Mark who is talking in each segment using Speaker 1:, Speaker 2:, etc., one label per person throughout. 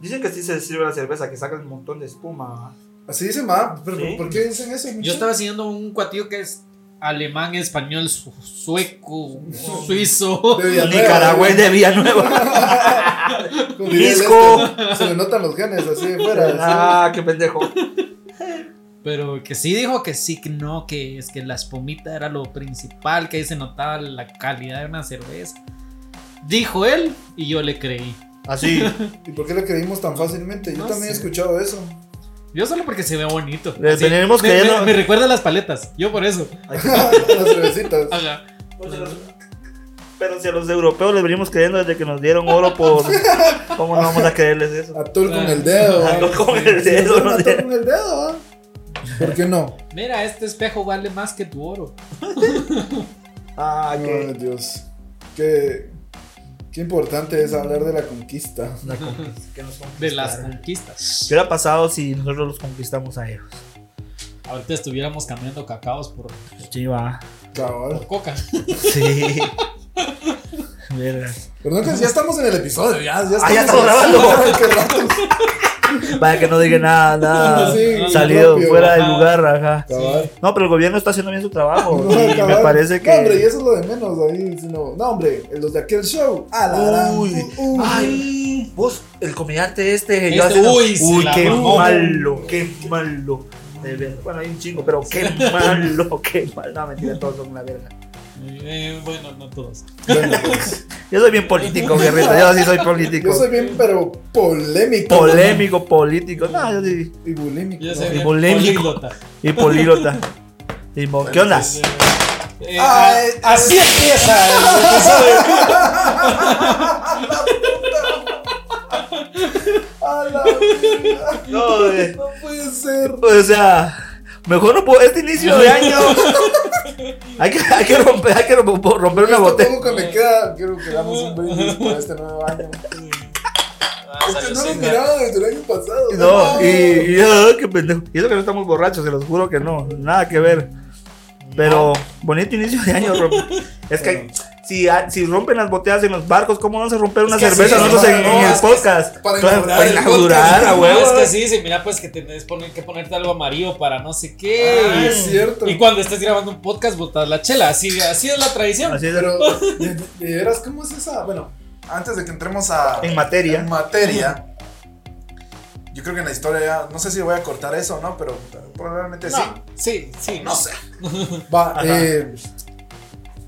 Speaker 1: que sí se sirve la cerveza, que saca un montón de espuma.
Speaker 2: Así dicen, va, pero
Speaker 1: Sí.
Speaker 2: ¿por qué dicen eso?
Speaker 3: Yo estaba siguiendo un cuatillo que es alemán, español, su- sueco, suizo.
Speaker 2: De Villanueva,
Speaker 1: Nicaragüense de Villanueva.
Speaker 2: con Miguel
Speaker 1: Pisco.
Speaker 2: Este. Se le notan los genes así de fuera.
Speaker 1: ah, qué pendejo.
Speaker 3: Pero que sí dijo que sí, que no, que es que la espumita era lo principal, que ahí se notaba la calidad de una cerveza. Dijo él y yo le creí.
Speaker 1: Así.
Speaker 2: ¿Y por qué lo creímos tan fácilmente? Yo
Speaker 3: No
Speaker 2: también he
Speaker 3: sé.
Speaker 2: escuchado eso.
Speaker 3: Yo solo porque se ve bonito.
Speaker 1: Le
Speaker 3: Así,
Speaker 1: tenemos
Speaker 3: me,
Speaker 1: que-
Speaker 3: me- me recuerda a las paletas, yo por eso.
Speaker 2: Las cervecitas.
Speaker 3: Ajá.
Speaker 2: Pues
Speaker 1: Pero si a los europeos les venimos creyendo desde que nos dieron oro por. ¿Cómo no vamos a creerles eso?
Speaker 2: Atol con el dedo.
Speaker 3: Ah,
Speaker 2: ¿va?
Speaker 1: Algo Ah, con el
Speaker 2: Si le
Speaker 1: dedo,
Speaker 2: ponen
Speaker 1: no
Speaker 2: atol
Speaker 1: sé.
Speaker 2: con el dedo, ¿va? ¿Por qué no?
Speaker 3: Mira, este espejo vale más que tu oro.
Speaker 1: Ah,
Speaker 2: Ay,
Speaker 1: que.
Speaker 2: Dios. Qué, qué importante es hablar de la conquista.
Speaker 1: la conquist- que nos
Speaker 3: De las
Speaker 1: conquistaron.
Speaker 3: conquistas.
Speaker 1: ¿Qué hubiera pasado si nosotros los conquistamos a ellos?
Speaker 3: Ahorita estuviéramos cambiando cacaos por,
Speaker 1: Sí, va.
Speaker 2: Cabal.
Speaker 3: por coca.
Speaker 1: Sí. Verga.
Speaker 2: Perdón, que pues ya estamos en el episodio. Ya, ya estamos,
Speaker 1: Ah, ya estamos
Speaker 2: grabando. qué rato.
Speaker 1: Vaya que no diga nada, nada.
Speaker 2: Sí,
Speaker 1: Ah, salido
Speaker 2: propio.
Speaker 1: fuera del
Speaker 3: ajá.
Speaker 1: lugar, ajá.
Speaker 2: Cabal.
Speaker 1: No, pero el gobierno está haciendo bien su trabajo.
Speaker 2: No,
Speaker 1: y me
Speaker 2: cabal.
Speaker 1: parece que.
Speaker 2: No, hombre, y eso es lo de menos ahí. Sino, no, hombre, los de aquel show. Ah, la gran-
Speaker 1: Uy,
Speaker 2: uy.
Speaker 1: ay, vos, el comediante este,
Speaker 3: Este,
Speaker 1: yo hace-
Speaker 3: uy, se
Speaker 1: uy,
Speaker 3: la
Speaker 1: qué
Speaker 3: mamó.
Speaker 1: malo, qué malo. De verdad, bueno, hay un chingo, pero qué malo, qué malo. No, mentira, todos son una verga.
Speaker 3: Eh, bueno, no todos.
Speaker 2: Bueno, pues,
Speaker 1: Yo soy bien político, guerrita, yo sí soy político.
Speaker 2: yo soy bien, pero polémico.
Speaker 1: polémico, político. No, yo sí.
Speaker 2: Y bulímico.
Speaker 3: Yo
Speaker 2: ¿no?
Speaker 3: soy
Speaker 1: Y
Speaker 3: bien
Speaker 1: polémico.
Speaker 3: políglota.
Speaker 1: Y políglota. Simón, ¿Qué onda?
Speaker 3: Eh,
Speaker 2: Ay,
Speaker 3: a- así
Speaker 2: eh.
Speaker 3: empieza el episodio.
Speaker 2: A la vida.
Speaker 1: No, eh,
Speaker 2: No puede ser.
Speaker 1: o sea, mejor no puedo. Este inicio de año. Hay que, hay que romper, hay que romper, romper una
Speaker 2: Esto
Speaker 1: botella.
Speaker 2: poco que me queda. Quiero que damos un brindis por este nuevo año.
Speaker 3: Ah,
Speaker 2: Es que no lo miraba desde el año pasado.
Speaker 1: No, y, y ah, qué pendejo. Y eso que no estamos borrachos, se los juro que no, nada que ver. Pero bonito inicio de año, Rob. Es que si, ah, si rompen las botellas en los barcos, ¿cómo vamos a romper una
Speaker 3: que así
Speaker 1: cerveza
Speaker 3: es,
Speaker 1: nosotros en,
Speaker 2: no,
Speaker 1: en el
Speaker 2: es que
Speaker 1: podcast?
Speaker 2: para
Speaker 1: Claro,
Speaker 2: inaugurar
Speaker 1: para
Speaker 2: el
Speaker 1: inaugurar,
Speaker 2: podcast.
Speaker 1: a
Speaker 3: No,
Speaker 1: Ah, huevo.
Speaker 3: Ah, es que sí, sí, mira, pues que tenés poner- que ponerte algo amarillo para no sé qué.
Speaker 2: Ah,
Speaker 3: Y-
Speaker 2: es cierto.
Speaker 3: y cuando estés grabando un podcast, botas la chela. Así, así es la tradición.
Speaker 1: Así es,
Speaker 2: Pero, de, de veras, ¿cómo es esa? Bueno, antes de que entremos a.
Speaker 1: en materia.
Speaker 2: En materia. Yo creo que en la historia ya. No sé si voy a cortar eso o no, pero probablemente sí.
Speaker 3: No, sí, sí.
Speaker 2: No sé. Va,
Speaker 1: Ajá.
Speaker 2: eh,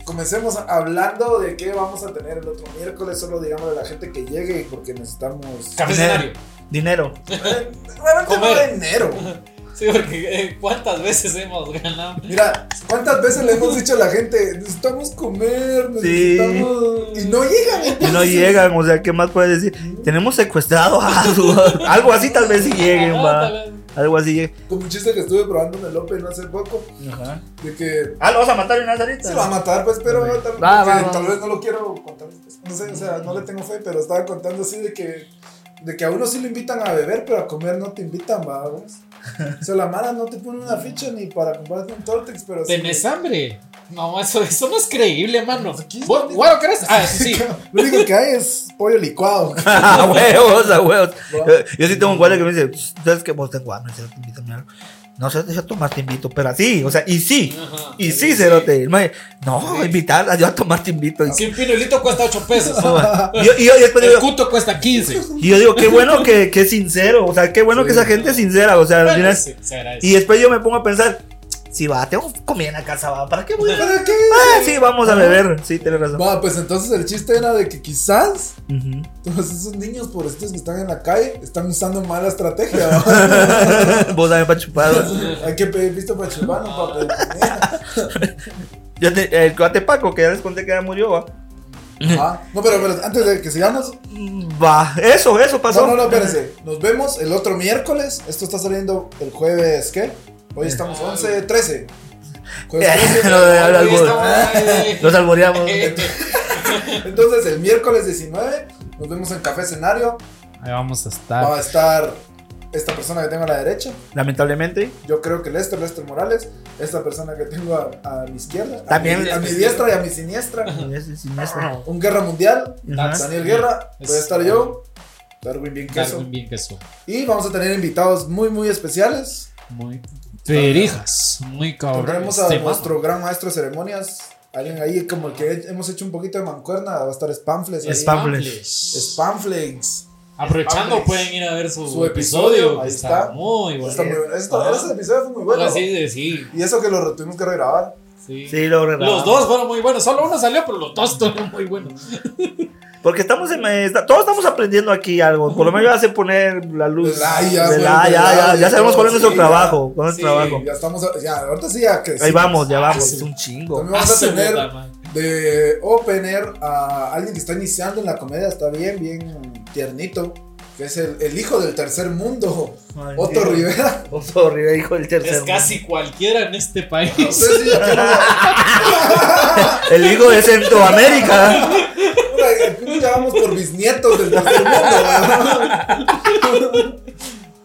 Speaker 2: comencemos hablando de qué vamos a tener el otro miércoles. Solo digamos a la gente que llegue porque necesitamos.
Speaker 3: Cafecenario.
Speaker 1: Dinero.
Speaker 2: Eh, Realmente no
Speaker 3: Comer.
Speaker 2: de enero.
Speaker 3: Sí, porque eh, cuántas veces hemos ganado.
Speaker 2: Mira, ¿cuántas veces le hemos dicho a la gente? Necesitamos comer, necesitamos. Y no llegan.
Speaker 1: Y no
Speaker 2: entonces.
Speaker 1: llegan, o sea, ¿qué más puedes decir? Tenemos secuestrado algo. Algo así tal vez si lleguen,
Speaker 3: Ah,
Speaker 1: va.
Speaker 3: tal vez.
Speaker 1: Algo así eh. llegue.
Speaker 2: Como un chiste que estuve probando en el Open hace poco.
Speaker 1: Ajá.
Speaker 2: De que
Speaker 1: Ah, lo vas a matar en una salita.
Speaker 2: se va a matar, pues, pero
Speaker 1: Ok.
Speaker 2: tal,
Speaker 1: Va,
Speaker 2: que
Speaker 1: va, va.
Speaker 2: tal vez no lo quiero contar. No sé, o sea, no le tengo fe, pero estaba contando así de que, de que a uno sí lo invitan a beber, pero a comer no te invitan, vamos. O sea, la mala no te pone una ficha ni para comprarte un Tortex, pero Pues sí. Pues
Speaker 3: ¿Tenés hambre? No, eso, eso no es creíble, mano.
Speaker 2: Aquí es
Speaker 3: ¿Vos,
Speaker 2: donde-
Speaker 3: ¿Guaro crees? Ah, eso sí.
Speaker 2: Lo único que hay es pollo licuado.
Speaker 1: a huevos, a huevos.
Speaker 2: Va.
Speaker 1: Yo, yo sí tengo un guardia que me dice, "Pues, ¿sabes qué? Vos te guardas, no sé, te invito a mi algo". No sé, yo tomar te invito, pero así, o sea, y sí,
Speaker 3: Ajá.
Speaker 1: y sí, cerote. El mae, No, invitar, a- yo a tomar te invito. Y,
Speaker 3: Si un pinolito cuesta 8 pesos.
Speaker 1: y yo, y yo- y después
Speaker 3: El
Speaker 1: digo,
Speaker 3: cuto cuesta 15.
Speaker 1: y yo digo, qué bueno que, que es sincero, o sea, qué bueno que esa gente es sincera, o sea, al
Speaker 3: Bueno,
Speaker 1: final-
Speaker 3: sí, se agradece.
Speaker 1: Y después yo me pongo a pensar, si va, tengo comida en la casa, va, ¿para qué voy a
Speaker 2: ¿Para qué?
Speaker 1: Ah, sí, vamos a beber, sí, tienes razón.
Speaker 2: Va, pues entonces el chiste era de que quizás
Speaker 1: Ujú.
Speaker 2: todos esos niños pobrecitos que están en la calle están usando mala estrategia. ¿va?
Speaker 1: Vos también para chupar. ¿va?
Speaker 2: Hay que pedir visto para chupano, para pedir comida.
Speaker 1: Yo te- el cuate Paco, que ya les conté que ya murió, va.
Speaker 2: Ah, No, pero, pero antes de que sigamos,
Speaker 1: Va, eso, eso pasó.
Speaker 2: No, no, no, espérense. Nos vemos el otro miércoles. Esto está saliendo el jueves, ¿qué? Hoy estamos
Speaker 3: Ay.
Speaker 2: 11, 13. Jueves
Speaker 1: Eh,
Speaker 2: 13.
Speaker 1: lo de- al-
Speaker 3: Ahí
Speaker 1: albur.
Speaker 3: estamos, ahí.
Speaker 1: Los alboreamos.
Speaker 3: Eh,
Speaker 2: Entonces, el miércoles 19 nos vemos en Café Escenario.
Speaker 3: Ahí vamos a estar.
Speaker 1: Ah.
Speaker 2: Va a estar esta persona que tengo a la derecha.
Speaker 1: Lamentablemente.
Speaker 2: Yo creo que Lester, Lester Morales. Esta persona que tengo a, a mi izquierda. a
Speaker 1: También.
Speaker 2: mi- A mi, diestra y a mi siniestra. Ah.
Speaker 1: Es- es siniestro.
Speaker 2: Un guerra mundial.
Speaker 1: Ajá.
Speaker 2: Daniel Guerra. Voy a estar yo. Darwin bien queso.
Speaker 3: Darwin bien queso.
Speaker 2: Y vamos a tener invitados muy, muy especiales.
Speaker 3: Muy perijas. Muy cabrón. Este
Speaker 2: Tendremos a
Speaker 3: Se va.
Speaker 2: nuestro gran maestro de ceremonias. Alguien ahí, como el que hemos hecho un poquito de mancuerna, va a estar Spamfles. ahí.
Speaker 1: Spam-
Speaker 2: Spamflex.
Speaker 3: Aprovechando,
Speaker 2: Spamflex.
Speaker 3: pueden ir a ver su,
Speaker 2: Su episodio,
Speaker 3: episodio. que
Speaker 2: ahí
Speaker 3: está,
Speaker 2: está.
Speaker 3: muy bueno.
Speaker 2: Está muy bueno. Esto-
Speaker 3: Ah.
Speaker 2: Ese episodio fue muy bueno.
Speaker 3: Así de- sí,
Speaker 2: Y eso que lo tuvimos que regrabar.
Speaker 3: sí.
Speaker 1: Sí, lo
Speaker 3: Los dos fueron muy buenos. Solo uno salió, pero los dos fueron muy buenos.
Speaker 1: Porque estamos en, eh, está- todos estamos aprendiendo aquí algo. Por lo menos ya sé poner la luz.
Speaker 2: Ah, ya,
Speaker 1: De
Speaker 2: güey,
Speaker 1: la-
Speaker 2: de la-
Speaker 1: ya, ya,
Speaker 2: ya
Speaker 1: ya sabemos cuál es
Speaker 2: todo,
Speaker 1: nuestro
Speaker 2: sí,
Speaker 1: trabajo. Cuál es
Speaker 3: Sí,
Speaker 1: nuestro trabajo.
Speaker 2: Ya estamos, ya, ahorita sí ya que
Speaker 1: Ahí vamos, ya vamos.
Speaker 3: sí.
Speaker 1: Es un chingo.
Speaker 2: También vamos a
Speaker 3: Ah, su
Speaker 2: tener
Speaker 3: puta madre.
Speaker 2: de opener a alguien que está iniciando en la comedia, está bien, bien tiernito, que es el, el hijo del tercer mundo, Otto Rivera.
Speaker 1: Otto Rivera, hijo del tercero.
Speaker 3: Es casi cualquiera en este
Speaker 2: No
Speaker 3: país.
Speaker 2: sé si ya quiero-
Speaker 1: El hijo de Centroamérica.
Speaker 2: Mira, ya vamos por bisnietos del tercer mundo. ¿verdad?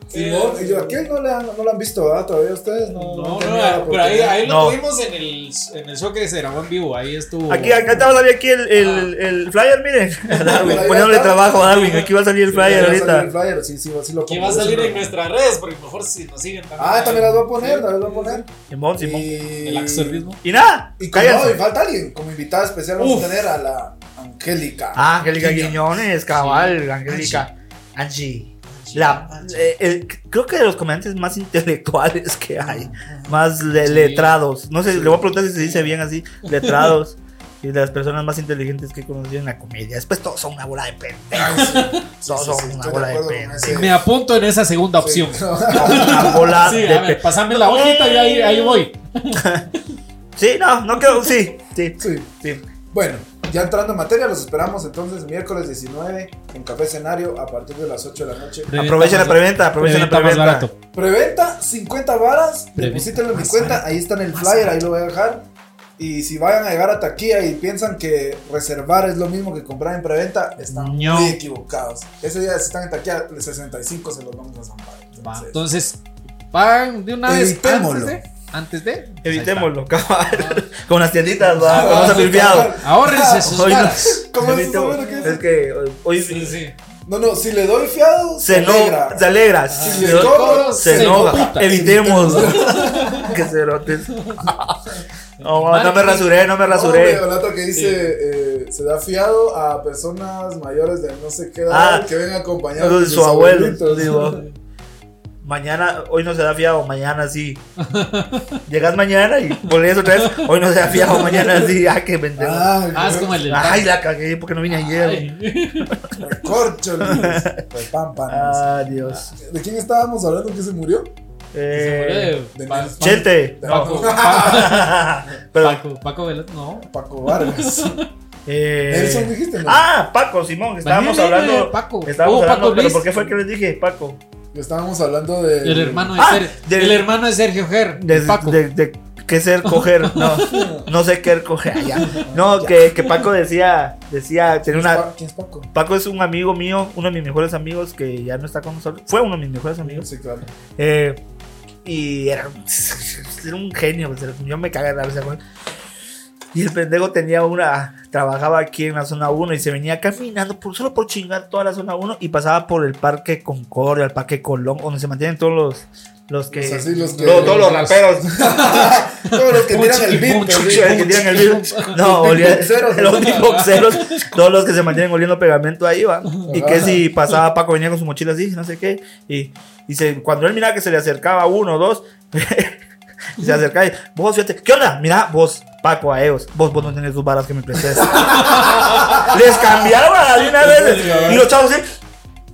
Speaker 2: Simón, y yo, aquel no le han, no lo han visto ¿verdad? todavía ustedes. No,
Speaker 3: No,
Speaker 2: no
Speaker 3: no,
Speaker 2: han tenido la
Speaker 3: pero ahí,
Speaker 2: oportunidad.
Speaker 3: ahí
Speaker 1: No.
Speaker 3: lo tuvimos en el, en el show que se grabó en vivo. Ahí estuvo.
Speaker 1: Aquí, acá te va a salir aquí el, el, el flyer, miren. A Darwin,
Speaker 2: Ahí va
Speaker 1: poniéndole
Speaker 2: a estar.
Speaker 1: trabajo a Darwin. Aquí va a salir el
Speaker 2: Ah. Sí, ya va a
Speaker 1: flyer
Speaker 2: salir el
Speaker 1: ahorita.
Speaker 2: flyer, sí, sí, sí lo
Speaker 3: Que
Speaker 2: pongo,
Speaker 3: va a
Speaker 2: sí
Speaker 3: salir
Speaker 2: lo
Speaker 3: en
Speaker 2: pongo.
Speaker 3: nuestras redes, porque mejor si nos siguen también.
Speaker 2: Ah, también las voy a poner, las voy a poner.
Speaker 1: Simón, Simón.
Speaker 2: Y-
Speaker 3: El absurdismo.
Speaker 1: Y nada,
Speaker 2: Y como no, y
Speaker 1: cállense.
Speaker 2: falta alguien, como invitada especial vamos a
Speaker 3: Uf.
Speaker 2: tener a la Angélica.
Speaker 1: Ah, Angélica
Speaker 2: Guiñón.
Speaker 1: Guiñones, cabal, Angélica. Angie. La, eh, el- creo que de los comediantes más intelectuales que hay, más le-
Speaker 3: Sí.
Speaker 1: letrados. No sé, le voy a preguntar si se dice bien así, letrados. y de las personas más inteligentes que he conocido en la comedia. Después todos son una bola de pendejos.
Speaker 2: Ay, sí.
Speaker 1: Todos
Speaker 2: sí,
Speaker 1: son
Speaker 2: sí, estoy
Speaker 1: una
Speaker 2: de
Speaker 1: bola de
Speaker 2: acuerdo con
Speaker 1: pendejos.
Speaker 2: ese.
Speaker 3: Me apunto en esa segunda opción.
Speaker 2: Sí.
Speaker 3: Sí,
Speaker 1: Una bola de
Speaker 3: a ver,
Speaker 1: pe-
Speaker 3: pasame la hojita y ahí, ahí voy.
Speaker 1: Sí, no, no creo. Sí, sí,
Speaker 2: Sí.
Speaker 1: sí.
Speaker 2: Bueno, ya entrando en materia, los esperamos entonces miércoles 19 en Café Escenario a partir de las 8 de la noche.
Speaker 1: Aprovechen la preventa, aprovechen la
Speaker 3: Preventa más
Speaker 1: preventa.
Speaker 3: barato.
Speaker 2: Preventa 50 varas,
Speaker 3: Preventa
Speaker 2: deposítenlo en mi
Speaker 3: más
Speaker 2: cuenta,
Speaker 3: barato,
Speaker 2: ahí está en el
Speaker 3: más
Speaker 2: flyer, ahí
Speaker 3: barato.
Speaker 2: lo voy a dejar. Y si vayan a llegar a taquilla y piensan que reservar es lo mismo que comprar en preventa, están
Speaker 3: No.
Speaker 2: muy equivocados. Ese día si están en taquilla, el 65 se los vamos a zampar.
Speaker 3: Va,
Speaker 2: Entonces,
Speaker 3: entonces, van de una vez.
Speaker 2: Evitémoslo.
Speaker 3: Antes de. Antes de pues ahí está.
Speaker 1: Evitémoslo, cabal. Con las tienditas, va. Vamos a pilfiado.
Speaker 3: Ahorrense sus
Speaker 1: Ah, Hoy no-
Speaker 3: varas.
Speaker 2: ¿Cómo es eso?
Speaker 1: Evitemos.
Speaker 2: Bueno, ¿qué es?
Speaker 1: Es que hoy-
Speaker 3: Sí,
Speaker 1: hoy
Speaker 3: sí.
Speaker 2: No, no, si le doy fiado,
Speaker 1: se, no,
Speaker 2: alegra.
Speaker 1: se alegra.
Speaker 2: Si
Speaker 1: Se
Speaker 2: le
Speaker 1: no-
Speaker 2: cobro,
Speaker 1: Se
Speaker 3: Se
Speaker 1: enoja.
Speaker 3: emputa.
Speaker 1: Evitemos. que se note. No, no me rasuré, no me rasuré.
Speaker 2: No, hombre, la otra que dice, eh, se da fiado a personas mayores de no sé qué edad
Speaker 1: Ah,
Speaker 2: que ven acompañados
Speaker 1: Su,
Speaker 2: de
Speaker 1: su abuelo.
Speaker 2: abuelitos.
Speaker 1: Digo, mañana, hoy no se da fiado, mañana sí. Llegas mañana y volvés otra vez. Hoy no se da fiado, mañana sí. Ah, qué pendejo.
Speaker 2: Ah,
Speaker 3: Ah, es como el del-
Speaker 1: Ay, la cagué porque no vine ayer.
Speaker 3: Ay.
Speaker 2: corcho. Pues, pam, pam.
Speaker 1: Ah, Dios.
Speaker 2: ¿De quién estábamos hablando que se murió?
Speaker 1: Eh,
Speaker 3: Se
Speaker 2: de
Speaker 3: muere.
Speaker 2: Nelson.
Speaker 1: Chente.
Speaker 2: De
Speaker 1: No.
Speaker 3: Paco,
Speaker 2: Paco,
Speaker 3: Paco,
Speaker 1: Pero,
Speaker 3: Paco, Paco Veloz, no.
Speaker 2: Paco Vargas.
Speaker 1: eh,
Speaker 2: Nelson dijiste, ¿no?
Speaker 1: Ah, Paco, Simón, que estábamos
Speaker 3: Daniel,
Speaker 1: hablando.
Speaker 3: Paco. Oh,
Speaker 1: Estábamos
Speaker 3: Paco
Speaker 1: hablando, pero
Speaker 3: Bliss.
Speaker 1: ¿por qué fue que les dije, Paco?
Speaker 2: Estábamos hablando de...
Speaker 3: El hermano de,
Speaker 1: Ah,
Speaker 3: Ser-
Speaker 1: del-
Speaker 3: el hermano de Sergio Ger.
Speaker 1: De,
Speaker 3: Paco.
Speaker 1: de- de qué ser coger, no, no sé qué coger. Ah, ya. No, que, que Paco decía, decía, tenía una.
Speaker 2: ¿Quién es Paco?
Speaker 1: Paco es un amigo mío, uno de mis mejores amigos que ya no está con nosotros. Fue uno de mis mejores amigos.
Speaker 2: Sí, claro.
Speaker 1: Eh, y era, era un genio, pues, yo me cagué de la risa con él. Y el pendejo tenía una, trabajaba aquí en la zona 1 y se venía caminando por, solo por chingar toda la zona 1 y pasaba por el parque Concordia, el parque Colón, donde se mantienen todos los, los que...
Speaker 2: Pues así los que...
Speaker 1: Lo- todos los
Speaker 2: los-
Speaker 1: raperos.
Speaker 2: Todos los que tiran el beat.
Speaker 1: Mucho,
Speaker 2: así.
Speaker 1: el que tiran el virus. No, olía,
Speaker 2: beatboxeros.
Speaker 1: los beatboxeros, todos los que se mantienen oliendo pegamento ahí, va. Y que
Speaker 2: Ajá.
Speaker 1: si pasaba Paco, venía con su mochila así, no sé qué. Y, y se- cuando él miraba que se le acercaba uno o dos, y se acercaba y, vos, fíjate, ¿qué onda? Mirá, vos, Paco, a ellos, vos, vos no tenés tus varas que me prestes. Les cambiaron a la de una vez. Y los chavos, sí.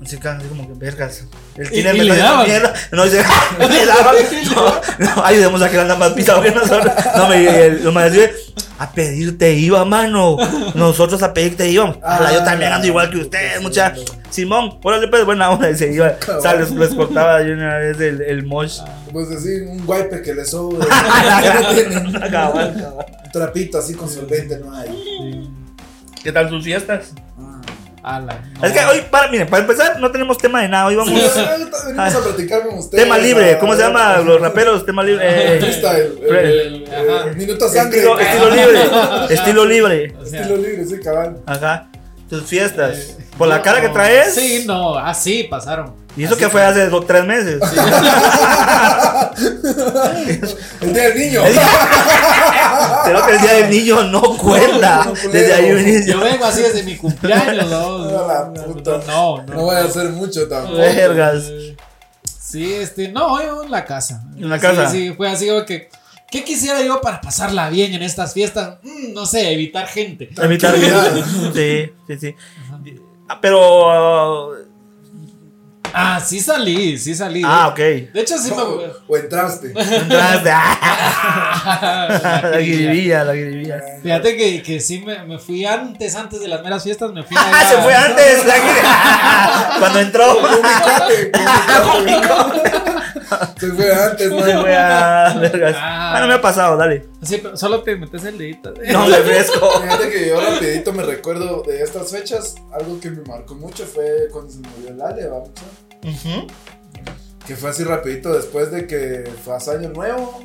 Speaker 1: Se quedan así como que vergas. El
Speaker 3: Y-
Speaker 1: tiene
Speaker 3: y
Speaker 1: me
Speaker 3: le
Speaker 1: está haciendo
Speaker 3: daban.
Speaker 1: mierda. No, dice, le daban. No, no, ayudemos a que la anda más pita. porque nosotros- No, me, el, me dice, a pedirte iba, mano. Nosotros a pedirte íbamos. Ala, yo también ando igual que ustedes, mucha. Simón, órale, pues buena onda. Y se iba. Sales, les cortaba yo una vez el, el mosh.
Speaker 2: Pues así, un guaype que le sobra.
Speaker 1: Cabal.
Speaker 2: Un trapito así con solvente no hay.
Speaker 1: ¿Qué tal sus fiestas?
Speaker 3: Ala, no.
Speaker 1: Es que hoy, para, miren, para empezar, no tenemos tema de nada. Hoy vamos.
Speaker 2: Venimos a platicar con ustedes.
Speaker 1: Tema libre,
Speaker 2: a- pues,
Speaker 1: ¿cómo se llama? Los raperos, tema libre. eh,
Speaker 2: Freestyle. eh,
Speaker 1: Fre-
Speaker 3: Ajá.
Speaker 2: eh, Minuto sangre.
Speaker 1: Estilo, estilo libre. Estilo libre.
Speaker 3: O sea,
Speaker 2: Estilo libre, sí, cabal.
Speaker 1: Ajá. tus fiestas.
Speaker 3: Eh,
Speaker 1: por la
Speaker 3: no,
Speaker 1: cara que
Speaker 3: no.
Speaker 1: traes.
Speaker 3: Sí, no, así pasaron.
Speaker 1: Y eso
Speaker 3: Así
Speaker 1: que fue hace dos, tres meses.
Speaker 2: El día del niño.
Speaker 1: Creo que el día del niño no cuenta.
Speaker 2: No, no,
Speaker 1: Desde ahí
Speaker 2: culero.
Speaker 3: Yo
Speaker 1: inicio.
Speaker 3: vengo así desde mi cumpleaños, ¿no?
Speaker 2: A la puta.
Speaker 3: No, no.
Speaker 2: No voy a hacer mucho
Speaker 3: Eh,
Speaker 2: tampoco.
Speaker 1: Vergas.
Speaker 3: Sí, este, no, yo en la casa.
Speaker 1: En la casa.
Speaker 3: Sí, sí, fue así como que. ¿Qué quisiera yo para pasarla bien en estas fiestas? Mm, no sé, evitar gente.
Speaker 1: Evitar que. Sí, sí, sí. Ah, Pero. ah,
Speaker 3: Ah, sí salí, sí salí.
Speaker 1: ah, ok.
Speaker 3: De hecho, sí me.
Speaker 2: O entraste.
Speaker 1: Entraste. ah, la
Speaker 3: La guirilla.
Speaker 1: guiribilla, la guiribilla.
Speaker 3: Fíjate que, que sí me, me fui antes, antes de las meras fiestas, me fui.
Speaker 1: Ah,
Speaker 3: allá.
Speaker 1: se fue antes. la guiribilla. Cuando entró.
Speaker 2: Ubicate, ubicate. Se fue antes,
Speaker 1: Se
Speaker 2: man.
Speaker 1: fue a. Vergas.
Speaker 3: Ah.
Speaker 1: Ah, no me ha pasado, dale.
Speaker 3: Sí, pero solo te metes el dedito.
Speaker 1: No me fresco.
Speaker 2: Fíjate que yo rapidito me recuerdo de estas fechas. Algo que me marcó mucho fue cuando se murió el Ale, ¿va, mucho?
Speaker 1: Ujú.
Speaker 2: Que fue así rapidito después de que pasó Año Nuevo.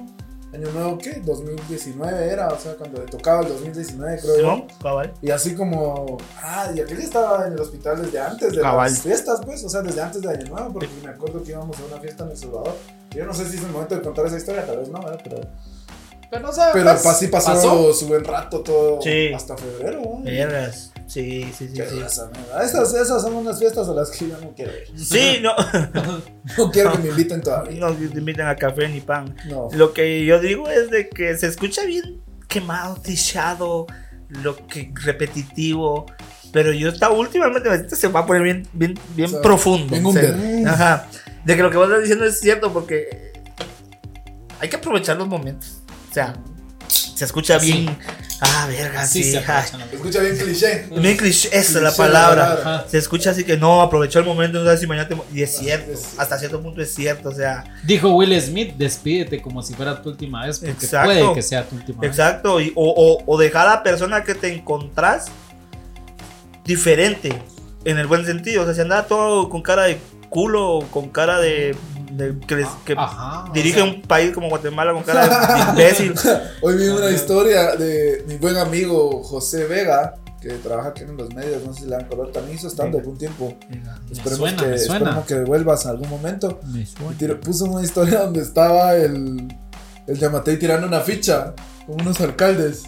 Speaker 2: ¿Año Nuevo qué? 2019 era, o sea, cuando le tocaba el 2019, creo yo.
Speaker 1: Simón, cabal.
Speaker 2: Y así como, ah, y aquel ya estaba en el hospital desde antes de
Speaker 1: Cabal.
Speaker 2: las fiestas, pues, o sea, desde antes de Año Nuevo, porque me acuerdo que íbamos a una fiesta en El Salvador. Yo no sé si es el momento de contar esa historia, tal vez no, ¿verdad? Pero,
Speaker 3: Pero no sé.
Speaker 2: pero
Speaker 3: pues,
Speaker 2: así pasó, su buen rato todo
Speaker 1: Sí.
Speaker 2: hasta febrero, ¿no?
Speaker 1: Vergas. Sí, sí, sí.
Speaker 2: Qué
Speaker 1: Sí,
Speaker 2: raza, ¿verdad? Esas, esas son unas fiestas a las que yo no quiero ir.
Speaker 1: sí no.
Speaker 2: No quiero que me inviten todavía.
Speaker 1: No te invitan a café ni pan.
Speaker 2: No.
Speaker 1: Lo que yo digo es de que se escucha bien quemado, tichado, lo que repetitivo. Pero yo está últimamente ahorita se va a poner bien, bien, bien
Speaker 2: O sea,
Speaker 1: profundo.
Speaker 2: bien
Speaker 1: o sea,
Speaker 2: under.
Speaker 1: ajá. De que lo que vos estás diciendo es cierto porque eh, hay que aprovechar los momentos. O sea, se escucha
Speaker 3: Sí.
Speaker 1: bien. Ah, verga,
Speaker 3: Así
Speaker 1: sí.
Speaker 3: se
Speaker 1: ah.
Speaker 3: aprovechan las-
Speaker 2: Escucha bien cliché.
Speaker 1: Bien cliché, esa es la
Speaker 2: Cliché
Speaker 1: palabra.
Speaker 3: Ajá.
Speaker 1: Se escucha así que no, aprovechó el momento, no sabes si mañana te... mu- Y es
Speaker 2: Ah,
Speaker 1: cierto,
Speaker 2: es cierto.
Speaker 1: hasta cierto punto es cierto, o sea...
Speaker 3: Dijo Will Smith, despídete como si fuera tu última vez, porque
Speaker 1: Exacto.
Speaker 3: puede que sea tu última vez.
Speaker 1: Exacto, y, o, o, o dejar a la persona que te encontrás diferente, en el buen sentido. O sea, si andaba todo con cara de culo, con cara de. de- que, les- que
Speaker 3: Ajá.
Speaker 1: dirige
Speaker 3: o sea,
Speaker 1: un país como Guatemala con cara de imbécil.
Speaker 2: Hoy vi una historia de mi buen amigo José Vega, que trabaja aquí en los medios, no sé si le dan color, también hizo stand-up un tiempo.
Speaker 3: Me
Speaker 2: Esperemos,
Speaker 3: suena,
Speaker 2: que,
Speaker 3: me suena.
Speaker 2: esperemos que vuelvas algún momento.
Speaker 3: Me
Speaker 2: Y
Speaker 3: suena.
Speaker 2: tiro- puso una historia donde estaba el, el Yamatei tirando una ficha con unos alcaldes.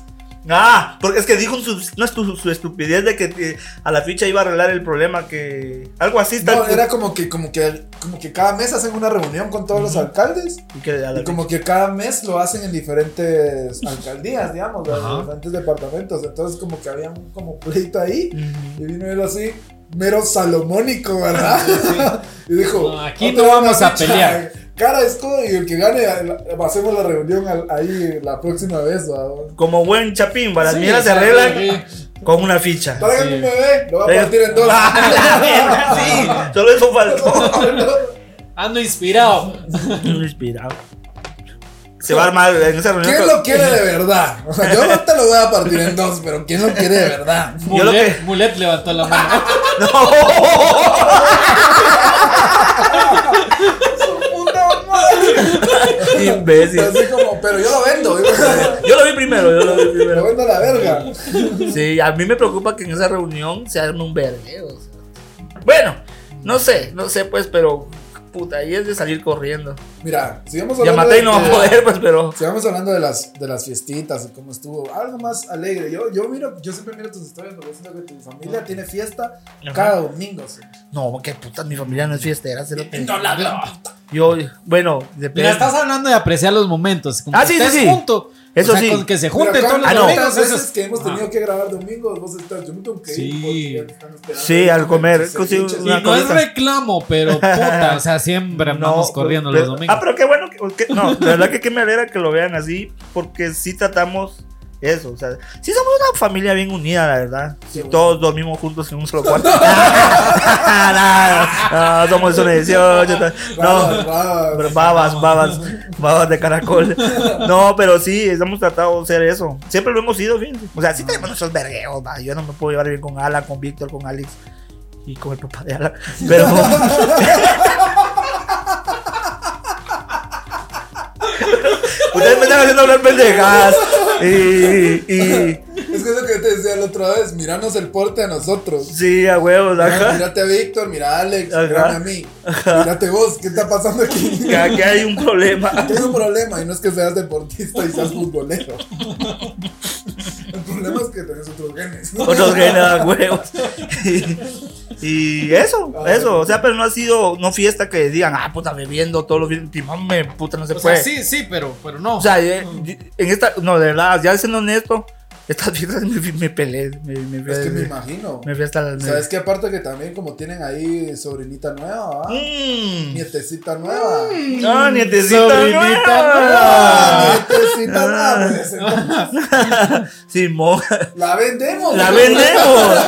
Speaker 1: Ah, porque es que dijo su, no es tu, su estupidez de que te- a la ficha iba a arreglar el problema que. Algo así está.
Speaker 2: No, era como que, como que, como que cada mes hacen una reunión con todos los
Speaker 1: Ujú.
Speaker 2: alcaldes.
Speaker 1: y que a la
Speaker 2: Y como que cada mes lo hacen en diferentes alcaldías, digamos, en
Speaker 3: Ajá.
Speaker 2: diferentes departamentos. Entonces como que había un como pleito ahí.
Speaker 1: Ujú.
Speaker 2: Y vino él así, mero salomónico, ¿verdad? Y dijo,
Speaker 3: No, aquí
Speaker 2: "Otra
Speaker 3: no
Speaker 2: vez
Speaker 3: vamos
Speaker 2: la
Speaker 3: a
Speaker 2: ficha, eh,
Speaker 3: pelear".
Speaker 2: Cara, escudo, y el que gane, eh, la- hacemos la reunión al- ahí la próxima vez, ¿verdad?
Speaker 1: Como buen chapín, para las
Speaker 3: Sí,
Speaker 1: mierdas se
Speaker 3: exacto,
Speaker 1: arreglan
Speaker 3: sí.
Speaker 1: con una ficha.
Speaker 2: Tráigame un bebé, lo va a partir en dos.
Speaker 1: Ah, la verga, sí, solo eso faltó.
Speaker 3: Ando inspirado.
Speaker 1: Inspirado. Se va a armar en esa reunión.
Speaker 2: ¿Quién lo quiere de verdad? O sea, yo no te lo voy a partir en dos, pero ¿quién lo quiere de verdad?
Speaker 1: Yo lo
Speaker 3: Mulet,
Speaker 1: que-
Speaker 3: Mulet levantó la mano.
Speaker 1: No.
Speaker 2: ¡Puta madre!
Speaker 1: Imbécil.
Speaker 2: Así como, pero yo lo vendo. yo
Speaker 1: Yo lo vi primero, yo lo vi
Speaker 2: Lo
Speaker 1: primero.
Speaker 2: vendo a la verga.
Speaker 1: Sí, a mí me preocupa que en esa reunión se arme un vergueo. o sea. Bueno, no sé, no sé pues, pero puta, ahí es de salir corriendo.
Speaker 2: Mira, sigamos
Speaker 1: Ya
Speaker 2: hablando.
Speaker 1: maté y
Speaker 2: de- este-
Speaker 1: no va a poder, pues, pero.
Speaker 2: Sigamos hablando de las, de las fiestitas y cómo estuvo. Algo más alegre. Yo, yo miro, yo siempre miro tus historias porque siento que tu familia tiene fiesta cada domingo. sí.
Speaker 1: No, qué puta, mi familia no es fiestera, se lo tengo.
Speaker 3: la
Speaker 1: Yo, bueno, depende.
Speaker 3: Mira, estás hablando de apreciar los momentos. Como
Speaker 1: Ah,
Speaker 3: que
Speaker 1: sí, sí,
Speaker 3: estés
Speaker 1: sí.
Speaker 3: junto.
Speaker 1: Eso
Speaker 3: O sea,
Speaker 1: sí.
Speaker 3: Con que se
Speaker 2: Mira,
Speaker 3: junten todos los
Speaker 1: ah, no.
Speaker 2: ¿cuántas
Speaker 3: amigos.
Speaker 2: veces
Speaker 3: eso es-
Speaker 2: que hemos tenido
Speaker 3: Ajá.
Speaker 2: que grabar domingos, vos estás, yo me tengo que ir.
Speaker 3: Sí.
Speaker 2: porque ya te están esperando.
Speaker 1: Sí, al comer,
Speaker 2: Pinches
Speaker 1: sí,
Speaker 2: ceviches.
Speaker 3: Y
Speaker 1: una
Speaker 3: no
Speaker 1: cosita.
Speaker 3: es reclamo, pero puta, o sea, siempre andamos
Speaker 1: No,
Speaker 3: corriendo
Speaker 1: pero-
Speaker 3: los domingos.
Speaker 1: Ah, pero qué bueno. que- que- no, la verdad que qué me alegra que lo vean así, porque sí tratamos eso. O sea, sí somos una familia bien unida, la verdad.
Speaker 2: Sí,
Speaker 1: Si
Speaker 2: bueno.
Speaker 1: todos dormimos juntos en un solo cuarto. no, no, somos una 18. tal.
Speaker 2: Rabas,
Speaker 1: No.
Speaker 2: rabas.
Speaker 1: pero Babas, babas, babas de caracol. No, pero sí, hemos tratado de hacer eso. Siempre lo hemos sido, fíjense. O sea, sí tenemos nuestros vergueos, va. Yo no me puedo llevar bien con Alan, con Víctor, con Alex y con el papá de Alan. Pero. Ustedes me están haciendo hablar pendejadas. Y, y,
Speaker 2: Es que es lo que te decía la otra vez, miranos el porte a nosotros.
Speaker 1: Sí, a huevos,
Speaker 2: Mira-
Speaker 1: ajá.
Speaker 2: Mírate a Víctor, mira a Alex,
Speaker 1: Ajá.
Speaker 2: mírame a mí. Mírate vos, ¿qué está pasando aquí?
Speaker 1: Que aquí hay un problema.
Speaker 2: Tengo un problema y no es que seas deportista y seas futbolero. El problema es que tenés otros genes.
Speaker 1: Otros ganan a huevos. Y, y eso, eso. O sea, pero no ha sido, no fiesta que digan, ah, puta, bebiendo todos los fines. y, Mame, puta, no se
Speaker 3: O sea,
Speaker 1: puede.
Speaker 3: sí, sí, pero, pero no.
Speaker 1: O sea, eh, yo- en esta, no, de verdad, ya siendo honesto, estas fiestas me, me peleé. Me, me fui
Speaker 2: Es
Speaker 1: a-
Speaker 2: que me imagino.
Speaker 1: me fui hasta las.
Speaker 2: Sabes que aparte que también como tienen ahí sobrinita nueva, ¿va?
Speaker 1: Mm.
Speaker 2: nietecita nueva.
Speaker 1: No, nietecita
Speaker 3: Sobrinita
Speaker 1: nueva.
Speaker 2: Ah, nietecita nueva. pues, entonces,
Speaker 1: Simón,
Speaker 2: La vendemos.
Speaker 1: la
Speaker 2: ¿no?
Speaker 1: vendemos.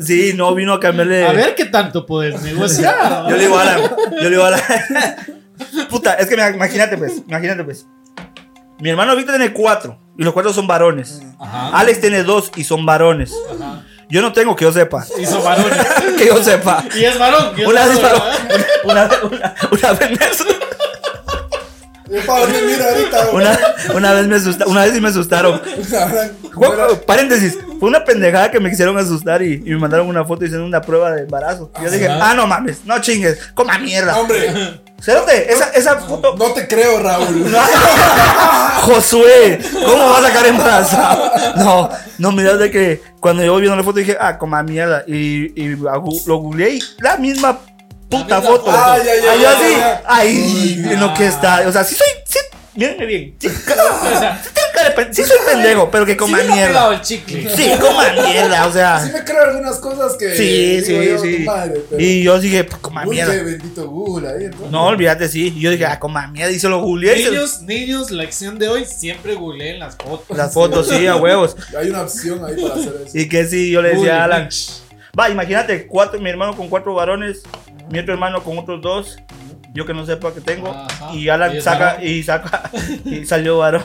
Speaker 1: Sí, no vino a cambiarle.
Speaker 3: a ver qué tanto puedes negociar.
Speaker 1: Yo le digo a Alan, yo le digo a Alan. Puta, es que me- imagínate pues, imagínate pues. Mi hermano Víctor tiene cuatro y los cuatro son varones.
Speaker 3: Ajá.
Speaker 1: Alex tiene dos y son varones.
Speaker 3: Ajá.
Speaker 1: Yo no tengo que yo sepa.
Speaker 3: Hizo varones.
Speaker 1: que yo sepa.
Speaker 3: Y es varón. y es
Speaker 1: Una vez,
Speaker 3: varón,
Speaker 1: paró-
Speaker 3: ¿verdad?
Speaker 1: una, vez- una- una vez me asu-
Speaker 2: Yo para dónde miro ahorita.
Speaker 1: una, una vez me asusta- una vez sí me asustaron.
Speaker 2: Sabrán,
Speaker 1: Bueno,
Speaker 2: fuera-
Speaker 1: paréntesis, fue una pendejada que me quisieron asustar y, y me mandaron una foto diciendo una prueba de embarazo. Y yo dije,
Speaker 3: Ajá.
Speaker 1: ah, no mames, no chingues, coma mierda.
Speaker 2: Hombre,
Speaker 1: Cerote, esa, esa foto.
Speaker 2: no te creo, Raúl.
Speaker 1: Josué, ¿cómo vas a sacar embarazado? No, no, mira, de que cuando yo viendo la foto dije, ah, coma mierda. Y, y la gu- lo googleé y la misma puta
Speaker 3: misma
Speaker 1: foto.
Speaker 3: foto.
Speaker 1: Ah,
Speaker 2: Ay, ay, ay,
Speaker 1: yo
Speaker 2: ay,
Speaker 1: así,
Speaker 2: ay.
Speaker 1: ahí, en lo que está. O sea, sí soy, sí, mírenme bien. Sí,
Speaker 3: O sea,
Speaker 1: sí tengo cara de pen- sí soy pendejo, pero que
Speaker 3: sí
Speaker 1: coma
Speaker 3: me lo ha pegado
Speaker 1: mierda.
Speaker 3: el chicle.
Speaker 1: Sí, coma mierda, o sea.
Speaker 2: Sí me creo algunas cosas que.
Speaker 1: Sí,
Speaker 2: digo
Speaker 1: sí,
Speaker 2: yo,
Speaker 1: sí.
Speaker 2: madre, pero-
Speaker 1: Y yo dije, pues coma
Speaker 2: Uy,
Speaker 1: mierda.
Speaker 2: qué bendito Google ahí. entonces.
Speaker 1: No, olvídate, sí. Y yo dije, ah, coma mierda. Y se lo googleé. y se-
Speaker 3: Niños, niños, la acción de hoy siempre googleen las fotos.
Speaker 1: Las fotos, sí, a huevos.
Speaker 2: Hay una opción ahí para hacer eso.
Speaker 1: Y que sí, yo le decía a Alan.
Speaker 3: Googleen.
Speaker 1: Va, imagínate, cuatro, mi hermano con cuatro varones, mi otro hermano con otros dos, yo que no sepa que tengo,
Speaker 3: Ajá.
Speaker 1: y Alan
Speaker 3: Y es
Speaker 1: saca,
Speaker 3: varón.
Speaker 1: y saca, y salió varón.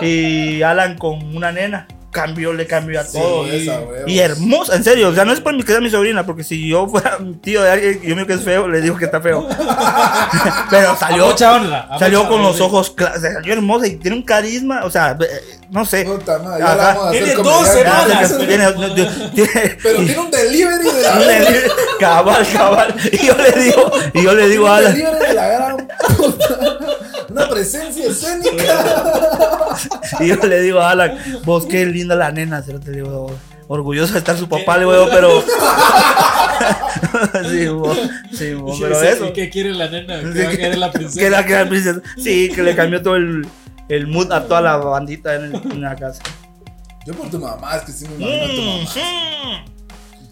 Speaker 1: y Alan con una nena, cambió, le cambió a
Speaker 2: Sí,
Speaker 1: todo. ¿eh?
Speaker 2: esa, huevos.
Speaker 1: Y hermosa, en serio, o sea, no es por mi que sea mi sobrina, porque si yo fuera un tío de alguien, yo miro que es feo, le digo que está feo. Pero
Speaker 3: A
Speaker 1: salió,
Speaker 3: mucha honra, a
Speaker 1: salió
Speaker 3: mucha
Speaker 1: con
Speaker 3: honra.
Speaker 1: los ojos, cla- salió hermosa y tiene un carisma, o sea, eh, no sé.
Speaker 2: Puta madre, ya
Speaker 1: Ajá.
Speaker 2: la vamos a hacer
Speaker 3: Tiene
Speaker 2: como
Speaker 3: dos
Speaker 2: ya-
Speaker 3: semanas,
Speaker 1: Tiene- tiene- tiene-
Speaker 2: Pero tiene un delivery de la
Speaker 1: Le
Speaker 2: verga.
Speaker 1: di- cabal, cabal. Y yo le digo, y yo le digo a
Speaker 2: Un
Speaker 1: Alan,
Speaker 2: delivery de la gran puta. Una presencia escénica.
Speaker 1: y yo le digo a Alan, vos qué linda la nena, se lo te digo, orgulloso de estar su papá, le digo, pero. sí, vos, sí, vos,
Speaker 3: Y
Speaker 1: pero
Speaker 3: dice,
Speaker 1: eso.
Speaker 3: ¿y qué quiere la nena? ¿Qué
Speaker 1: Sí,
Speaker 3: va a querer la
Speaker 1: que
Speaker 3: princesa?
Speaker 1: la- que la princesa. Sí, que le cambió todo el, el mood a toda la bandita en, el- en la casa.
Speaker 2: Yo por tu mamá, es que sí me imagino a tu mamá.
Speaker 1: Mm,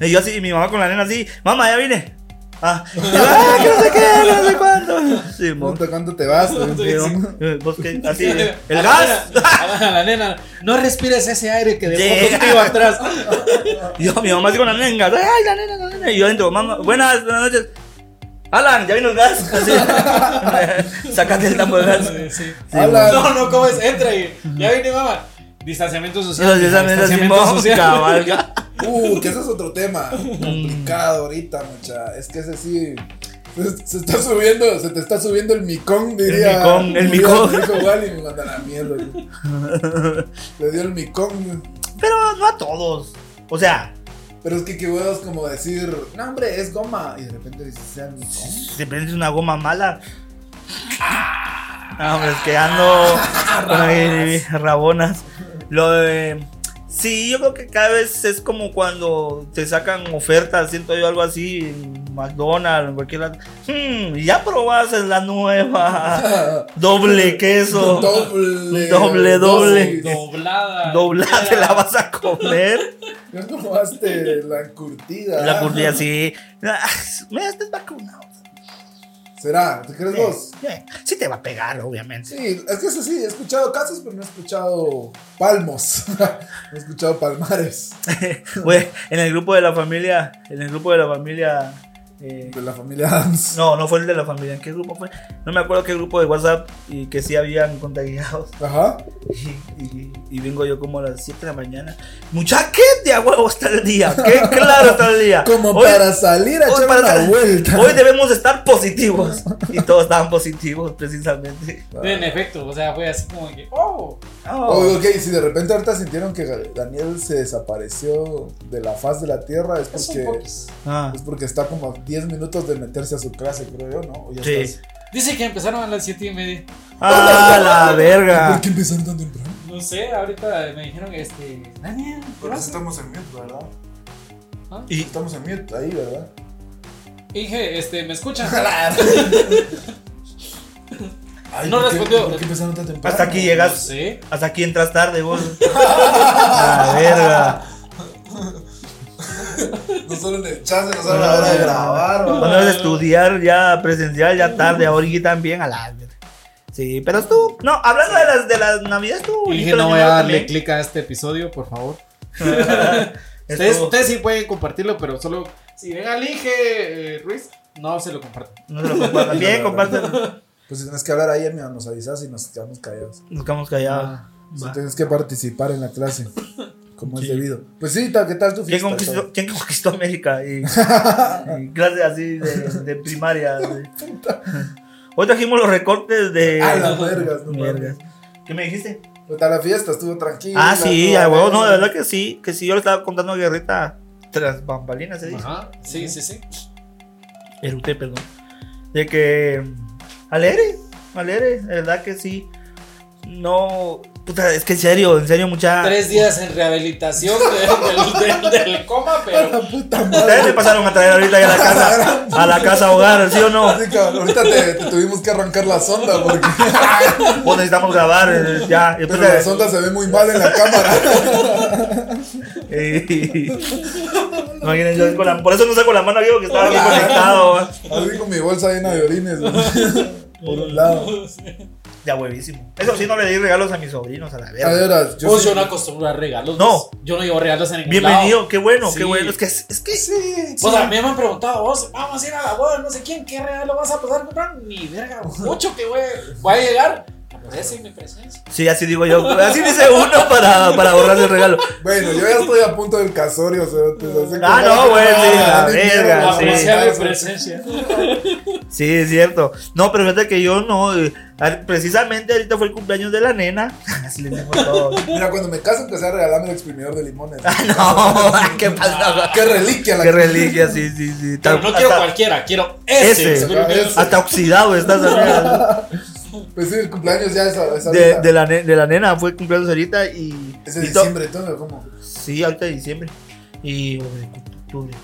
Speaker 1: mm. Y yo así, y mi mamá con la nena así, mamá, ya vine. Ah, y yo, "Ah, que no sé qué, no sé cuánto. Sí, mo.
Speaker 2: ¿Cuánto, cuánto te vas?
Speaker 3: Sí,
Speaker 1: Pero,
Speaker 3: sí.
Speaker 1: eh, vos que- así, el
Speaker 3: A la
Speaker 1: gas.
Speaker 3: nena, a la nena, no respires ese aire que dejó
Speaker 1: Llega.
Speaker 3: contigo atrás.
Speaker 1: Yo, mi mamá así con la nena, ay, la nena, la nena. Y yo entro, mamá, buenas, buenas noches. Alan, ya vino el gas. Así, sacate el tambo de gas.
Speaker 3: Sí, sí.
Speaker 1: Sí,
Speaker 2: Hola.
Speaker 1: mo.
Speaker 3: No, no, ¿cómo es? Entra y ya viene mamá. Distanciamiento social.
Speaker 1: Entonces, esa nena así,
Speaker 3: distanciamiento
Speaker 1: mo,
Speaker 3: social.
Speaker 1: cabalga.
Speaker 2: Uh, que ese es otro tema
Speaker 1: Mm.
Speaker 2: complicado ahorita, mucha. Es que ese sí. Se, se está subiendo, se te está subiendo el micón, diría.
Speaker 1: micón,
Speaker 2: diría
Speaker 1: el micón.
Speaker 2: Rico Wally me manda la mierda. güey. Le dio el micón.
Speaker 1: Pero no a todos. O sea,
Speaker 2: Pero es que qué huevos como decir, no hombre, es goma. Y de repente dices, sea micón.
Speaker 1: si prendes una goma mala. No, hombre, es que ando con ahí, rabonas. Lo de. Sí, yo creo que cada vez es como cuando te sacan ofertas, siento yo algo así, en McDonald's, en cualquier lado. Hmm, ya probaste la nueva. Doble queso.
Speaker 2: Doble.
Speaker 1: Doble, doble.
Speaker 2: dosis.
Speaker 3: Doblada.
Speaker 1: Doblada, te la vas a comer.
Speaker 2: Ya probaste la curtida.
Speaker 1: La curtida así. Ah, Mira, estás vacunado.
Speaker 2: ¿Será? ¿Te crees vos?
Speaker 1: Eh, Sí, te va a pegar, obviamente.
Speaker 2: Sí, es que eso sí, he escuchado casos, pero no he escuchado palmos. no he escuchado palmares.
Speaker 1: Güey, en el grupo de la familia, en el grupo de la familia eh,
Speaker 2: De la familia Adams.
Speaker 1: no, no fue el de la familia. ¿En qué grupo fue? No me acuerdo qué grupo de WhatsApp y que sí habían contagiados.
Speaker 2: Ajá.
Speaker 1: Y, y- y vengo yo como a las 7 de la mañana. Mucha qué de a huevo está el día. Qué claro está el día.
Speaker 2: Como
Speaker 1: Hoy-
Speaker 2: para salir a
Speaker 1: hoy
Speaker 2: echar
Speaker 1: para
Speaker 2: una
Speaker 1: salir-
Speaker 2: vuelta.
Speaker 1: Hoy debemos estar positivos. Y todos estaban positivos, precisamente.
Speaker 3: En efecto, o sea, fue así como que, oh,
Speaker 1: Oh.
Speaker 2: Oh, ok, si de repente ahorita sintieron que Daniel se desapareció de la faz de la tierra, es
Speaker 3: es un
Speaker 2: porque,
Speaker 3: poquis.
Speaker 1: Ah.
Speaker 2: es porque está como a 10 minutos de meterse a su clase, creo yo, ¿no? O ya
Speaker 1: Sí.
Speaker 2: estás-
Speaker 3: Dice que empezaron a las 7 y media.
Speaker 1: Ah, la
Speaker 2: ¿Por
Speaker 1: verga.
Speaker 2: qué empezaron tan temprano?
Speaker 3: No sé, ahorita me dijeron, este, Daniel, ¿qué
Speaker 4: Por eso
Speaker 3: pasa?
Speaker 4: estamos en mute, ¿verdad?
Speaker 1: Ah, Y
Speaker 4: Estamos en mute.
Speaker 2: Ahí, ¿verdad?
Speaker 3: Inge, este, ¿me escuchan?
Speaker 2: Ay,
Speaker 3: No
Speaker 2: ¿por qué-
Speaker 3: respondió.
Speaker 2: ¿Por qué empezaron tan temprano?
Speaker 1: hasta aquí
Speaker 3: No
Speaker 1: llegas.
Speaker 3: sé.
Speaker 1: Hasta aquí entras tarde, vos. La verga.
Speaker 4: No solo en el chat, no solo a la hora de grabar.
Speaker 1: Cuando vas a estudiar ya presencial, ya tarde, ahorita también a la verga. Sí, pero tú, no, hablando de las de las navidades, tú.
Speaker 3: Inge, no voy a darle clic a este episodio, por favor. Ustedes,
Speaker 1: Esto,
Speaker 3: ustedes sí pueden compartirlo, pero solo si ven al Inge eh, Ruiz, no se lo comparten.
Speaker 1: no se lo compartan. Bien, compártelo.
Speaker 2: Pues si tienes que hablar ahí, amigo, nos avisas y nos quedamos callados.
Speaker 1: Nos quedamos callados.
Speaker 3: Ah,
Speaker 2: O sea,
Speaker 1: Va.
Speaker 2: tienes que participar en la clase, como
Speaker 1: Sí.
Speaker 2: es debido. Pues sí, tal- ¿qué tal tu
Speaker 1: ¿Quién
Speaker 2: fiesta?
Speaker 1: conquistó,
Speaker 2: todo?
Speaker 1: quién conquistó América? Y, y clases así de, de primaria. así. Hoy trajimos los recortes de.
Speaker 2: Ah, las vergas, no
Speaker 1: Vergas.
Speaker 2: mames.
Speaker 1: ¿Qué me dijiste?
Speaker 2: ¿Qué tal la fiesta? Estuvo tranquila.
Speaker 1: Ah, sí,
Speaker 2: estuvo
Speaker 1: a huevo, no, de
Speaker 2: alegre.
Speaker 1: verdad que sí, que sí, yo le estaba contando a Guerrita tras bambalinas, ¿eh? se dice.
Speaker 3: Ajá, sí, sí, sí.
Speaker 1: Eruté, perdón. De que. Alegre, alegre, de verdad que sí. No. Puta, es que en serio, en serio, mucha.
Speaker 3: Tres días en rehabilitación de- del, del- del coma, pero
Speaker 2: La puta
Speaker 1: Ustedes me
Speaker 2: madre.
Speaker 1: pasaron a traer ahorita ya a la casa, a la casa hogar, ¿sí o no?
Speaker 2: Así que ahorita te, te tuvimos que arrancar la sonda porque
Speaker 1: Pues necesitamos grabar, eh, ya. Y
Speaker 2: pero
Speaker 1: puta,
Speaker 2: la sonda se ve muy mal en la cámara.
Speaker 1: eh, Imaginen, yo con la- por eso no saco la mano, digo que estaba bien
Speaker 2: Hola.
Speaker 1: conectado. va.
Speaker 2: Así con mi bolsa llena de orines. güey. Por un lado.
Speaker 1: Ya huevísimo. Eso sí, no le di regalos a mis sobrinos, a la
Speaker 2: A
Speaker 1: verga.
Speaker 2: ver, a-
Speaker 3: pues, yo,
Speaker 2: yo sí-
Speaker 3: no acostumbro a regalos.
Speaker 1: No.
Speaker 3: pues, Yo no llevo regalos en ningún
Speaker 1: Bienvenido,
Speaker 3: lado.
Speaker 1: qué bueno,
Speaker 3: Sí.
Speaker 1: qué bueno. Es que, es que
Speaker 2: Sí,
Speaker 3: O sea, a
Speaker 2: sí.
Speaker 3: mí me han preguntado, vos, vamos a ir a la boda, no sé quién, ¿qué regalo vas a pasar a comprar? Ni verga, mucho que voy, voy a llegar. Aparece en mi presencia.
Speaker 1: Sí, así digo yo. Así dice uno para, para borrar el regalo.
Speaker 2: Bueno, yo ya estoy a punto del casorio. o sea, te- así que-
Speaker 1: Ah, no, güey, sí, la
Speaker 2: ni mierda,
Speaker 1: verga, sí.
Speaker 2: güey.
Speaker 3: Apreciar mi presencia.
Speaker 1: Sí, es cierto. No, pero fíjate que yo no. eh, al- Precisamente ahorita fue el cumpleaños de la nena. Así le digo todo.
Speaker 2: Mira, cuando me caso empecé a regalarme el exprimidor de limones.
Speaker 1: Ah, No, ¿qué pasa?
Speaker 2: Qué reliquia la
Speaker 1: Qué reliquia, sí, sí, sí.
Speaker 3: Pero no quiero
Speaker 1: hasta,
Speaker 3: cualquiera, quiero ese.
Speaker 1: Ese.
Speaker 3: Espero que-
Speaker 2: Ese.
Speaker 1: hasta oxidado estás amiga.
Speaker 2: Pues sí, el cumpleaños ya es, a- es
Speaker 1: de,
Speaker 2: ahorita.
Speaker 1: de la, ne- de la nena. Fue cumpleaños ahorita y.
Speaker 2: Es de
Speaker 1: y to-
Speaker 2: diciembre, entonces como.
Speaker 1: Sí, ahorita de diciembre. Y octubre.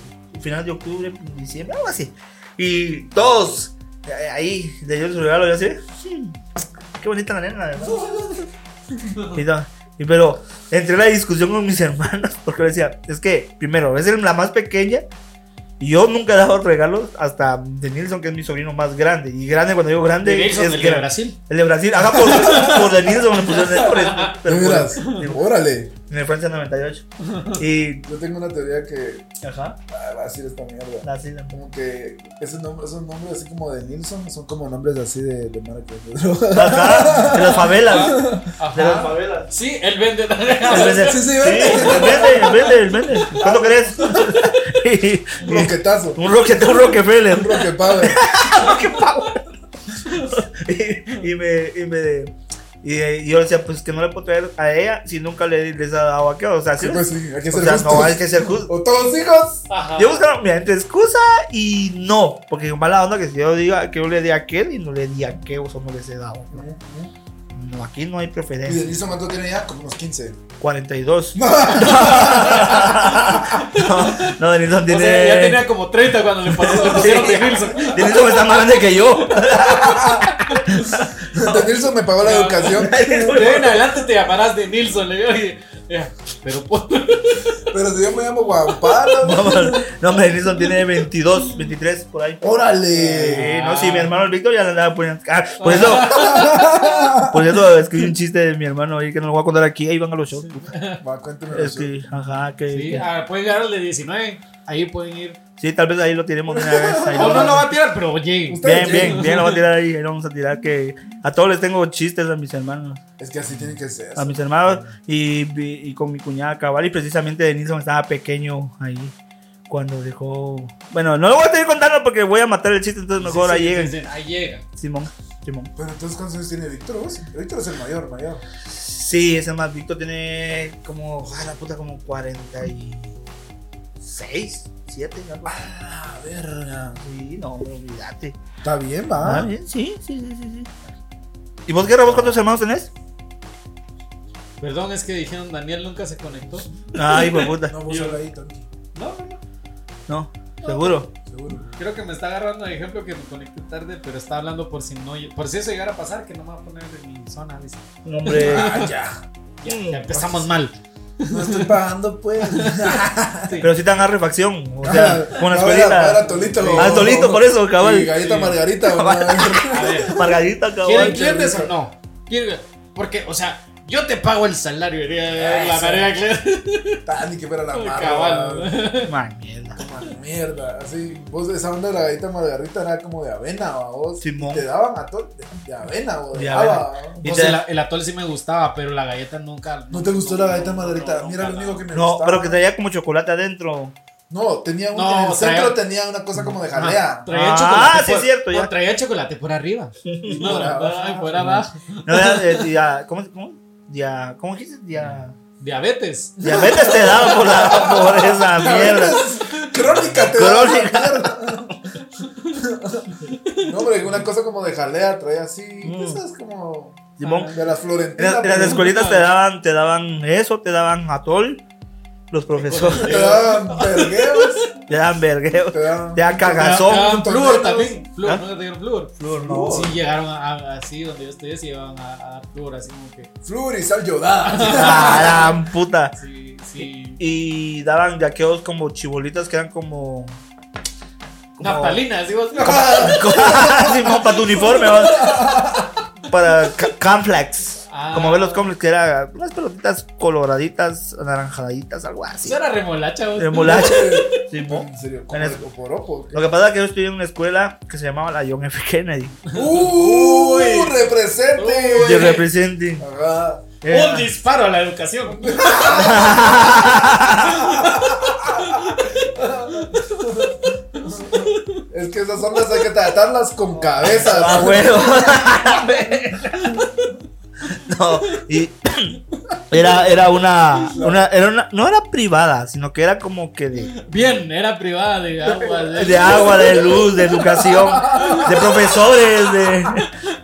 Speaker 1: Final de octubre, diciembre, algo así. Y todos eh, ahí, de ellos su regalo, yo así. "Mm, Qué bonita la nena, la verdad". Y, no, y pero entré en la discusión con mis hermanos porque le decía, es que primero, es el- la más pequeña. Y yo nunca he dado regalos hasta de Nilsson, que es mi sobrino más grande. Y grande, cuando digo grande,
Speaker 3: De Nilsson,
Speaker 1: es
Speaker 3: del de
Speaker 1: gran-
Speaker 3: Brasil.
Speaker 1: El de Brasil, ajá, por, por de Nilsson me pusieron el- por el- pero
Speaker 2: de
Speaker 1: por-
Speaker 2: veras, órale.
Speaker 1: en el Francia 98. Y
Speaker 2: Yo tengo una teoría que
Speaker 1: Ajá,
Speaker 2: ah, va a decir esta mierda.
Speaker 1: así la
Speaker 2: Como que ese nombre, esos nombres así como de Nilsson son como nombres así de, de marca de
Speaker 1: Ajá, de las favelas. De las
Speaker 3: Ajá.
Speaker 1: favelas.
Speaker 3: Sí, él vende
Speaker 1: El
Speaker 3: regalos.
Speaker 1: vende,
Speaker 2: Sí, sí,
Speaker 1: sí,
Speaker 2: vende.
Speaker 1: el vende, el vende, el vende. ¿Cuánto crees? Y-
Speaker 2: Un roquetazo.
Speaker 1: un Rocket, un Rockefeller.
Speaker 2: Un roquepado.
Speaker 1: Y, y me, y me, y, y yo decía, pues que no le puedo traer a ella si nunca le les ha dado a qué. O sea, sí.
Speaker 2: Pues sí, hay que
Speaker 1: O
Speaker 2: ser
Speaker 1: sea, no
Speaker 2: justos.
Speaker 1: hay que ser justo.
Speaker 2: O todos hijos.
Speaker 3: Ajá.
Speaker 1: Yo buscaba, mira, entre excusa y no. Porque con mala onda que si yo diga que yo le di a aquel y no le di a aquel, o sea, no les he dado. No, aquí no
Speaker 2: Y
Speaker 1: hay
Speaker 2: de
Speaker 1: preferencia.
Speaker 2: Nilsson cuánto tiene ya? Como unos 15.
Speaker 1: 42. No, no, Denison
Speaker 3: O
Speaker 1: tiene.
Speaker 3: sea, ya tenía como 30 cuando le pasó- le pusieron de Nilsson.
Speaker 1: Denison está más grande que yo.
Speaker 2: De Nilsson me pagó la
Speaker 3: No.
Speaker 2: educación.
Speaker 3: De ahí en adelante te llamarás de Nilsson. Le digo, oye, ya, pero pues, po-
Speaker 2: Pero si yo me llamo Guampara.
Speaker 1: No, hombre, no, hombre, Denison tiene 22, 23 por ahí.
Speaker 2: ¡Órale!
Speaker 1: Eh, no,
Speaker 3: ah.
Speaker 1: sí, mi hermano el Víctor ya le andaba poniendo. Ah, por eso. Por eso escribí un chiste de mi hermano ahí que no lo voy a contar aquí. Ahí van a los shows.
Speaker 2: Va, cuéntame.
Speaker 1: Es que, ajá, que.
Speaker 3: sí,
Speaker 1: que-
Speaker 3: ah, puedes llegar al de 19. Ahí pueden ir.
Speaker 1: Sí, tal vez ahí lo tiremos de una vez. ahí
Speaker 3: O
Speaker 1: lo-
Speaker 3: no lo va a tirar, pero lleguen.
Speaker 5: Usted-
Speaker 1: Bien, bien, bien, lo voy a tirar ahí. ahí lo vamos a tirar que a todos les tengo chistes a mis hermanos.
Speaker 2: Es que así tiene que ser.
Speaker 1: A mis hermanos y, y- y con mi cuñada cabal. Y precisamente Denison estaba pequeño ahí cuando dejó. Bueno, no lo voy a seguir contando porque voy a matar el chiste, entonces mejor
Speaker 3: Sí,
Speaker 1: ahí
Speaker 3: sí,
Speaker 1: lleguen.
Speaker 3: sí, sí, Ahí llega.
Speaker 1: Simón, Simón.
Speaker 2: Pero entonces, ¿cuántos años tiene Víctor? vos? Víctor es el mayor, mayor.
Speaker 1: Sí, ese más Víctor tiene como, a la puta, como 46, 7, algo así.
Speaker 2: Ah, verga.
Speaker 1: Sí, no, hombre, olvídate.
Speaker 5: Está bien,
Speaker 1: Ah,
Speaker 5: va.
Speaker 1: bien, sí, sí, sí, sí, sí. ¿Y vos, Guerra, vos cuántos hermanos tenés?
Speaker 3: Perdón, es que dijeron Daniel nunca se conectó.
Speaker 1: Ay, pues puta.
Speaker 5: No, vos
Speaker 3: Yo-
Speaker 5: solo ahí también.
Speaker 3: No, no, no.
Speaker 1: No, seguro.
Speaker 5: Seguro.
Speaker 3: Creo que me está agarrando de ejemplo que me conecté tarde, pero está hablando por si no. Por si eso llegara a pasar, que no me va a poner en mi zona. dice.
Speaker 1: No, hombre.
Speaker 5: Ah, ya.
Speaker 3: Ya, ya
Speaker 1: Mm.
Speaker 3: empezamos mal.
Speaker 5: No estoy pagando, pues.
Speaker 1: Pero sí te dan a refacción. O sea, con una
Speaker 2: No, era-
Speaker 1: escuelita.
Speaker 2: era Tolito.
Speaker 1: Al Tolito, por eso,
Speaker 2: Y
Speaker 1: cabal.
Speaker 2: galleta margarita. ¿no?
Speaker 3: A ver,
Speaker 1: Margarita,
Speaker 3: ¿quieren
Speaker 1: cabal.
Speaker 3: clientes o no? ¿Quieren- Porque, o sea, yo te pago el salario.
Speaker 1: Ah,
Speaker 3: diría La manera clara.
Speaker 2: Ah, Ni que fuera la marra.
Speaker 3: Cabal.
Speaker 1: Man, mierda.
Speaker 2: Como Mierda, así. Vos esa onda de la galleta margarita era como de avena, ¿va vos.
Speaker 1: Simón.
Speaker 2: Te daban a todo de, de avena, o
Speaker 1: De
Speaker 2: de
Speaker 1: avena.
Speaker 2: haba, ¿va?
Speaker 1: Y
Speaker 3: O
Speaker 1: te-
Speaker 3: sea, la- el atol sí me gustaba, pero la galleta nunca.
Speaker 2: ¿No te gustó la galleta
Speaker 3: no,
Speaker 2: margarita?
Speaker 3: no,
Speaker 2: Mira, lo
Speaker 3: nunca
Speaker 2: único que me
Speaker 1: No,
Speaker 2: gustaba.
Speaker 1: pero que traía como chocolate adentro.
Speaker 2: No, tenía un.
Speaker 3: No,
Speaker 2: en el
Speaker 3: traía-
Speaker 2: centro tenía una cosa como de
Speaker 3: la-
Speaker 2: jalea.
Speaker 3: Ajá, Traía
Speaker 1: Ah,
Speaker 3: chocolate.
Speaker 1: sí,
Speaker 3: por-
Speaker 1: cierto, ya.
Speaker 3: no, traía chocolate por arriba. No,
Speaker 2: Por abajo.
Speaker 3: ay, por abajo.
Speaker 1: No era eh, dia- ¿Cómo? ¿Cómo? Dia- ¿Cómo dijiste? Dia-
Speaker 3: Diabetes.
Speaker 1: Diabetes te da por, la- por esa mierda.
Speaker 2: Crónica te daba
Speaker 1: Crónica.
Speaker 2: esa mierda. No, hombre, una cosa como de jalea traía así.
Speaker 1: Mm.
Speaker 2: Esas como.
Speaker 1: Simón.
Speaker 2: De las florentinas.
Speaker 1: En las
Speaker 2: pero-
Speaker 1: escuelitas te daban, te daban eso, te daban atol. Los profesores
Speaker 2: Te daban vergueos.
Speaker 1: te daban vergueo,
Speaker 2: Te daban.
Speaker 1: te daban
Speaker 3: Te daban
Speaker 1: cagazón.
Speaker 3: Ah, flúor
Speaker 2: torneos.
Speaker 3: también. Flúor,
Speaker 1: ¿Ah?
Speaker 3: nunca te dieron flúor.
Speaker 1: Flúor,
Speaker 2: no.
Speaker 3: Sí, llegaron a- a- así donde yo estoy, sí llegaban a, a dar flúor, así como que.
Speaker 2: Flur y sal yodada.
Speaker 1: Ah, la puta.
Speaker 3: Sí, sí.
Speaker 1: Y daban yaqueos como chibolitas que eran como. como-
Speaker 3: Naftalina, así vos.
Speaker 1: Simón, para tu uniforme. ¿no? Para ca- complex.
Speaker 3: Ah.
Speaker 1: Como ver los complex, que era unas pelotitas coloraditas, anaranjaditas, algo así.
Speaker 3: Eso era remolacha, vos.
Speaker 1: De molacha. Simón.
Speaker 2: En serio,
Speaker 1: En
Speaker 2: como
Speaker 1: es-
Speaker 2: de poporopo.
Speaker 1: Lo que pasa es que yo estudié en una escuela que se llamaba la John F. Kennedy.
Speaker 2: ¡Uy! ¡Represente!
Speaker 1: De representing.
Speaker 2: Ajá.
Speaker 1: Era-
Speaker 3: Un disparo a la educación.
Speaker 2: Es que esas ondas hay que tratarlas con
Speaker 1: Ah,
Speaker 2: cabezas.
Speaker 1: huevo. no, y era, era una, una- era una- no era privada, sino que era como que de,
Speaker 3: Bien, era privada de agua.
Speaker 1: de agua, de luz, de educación, de profesores, de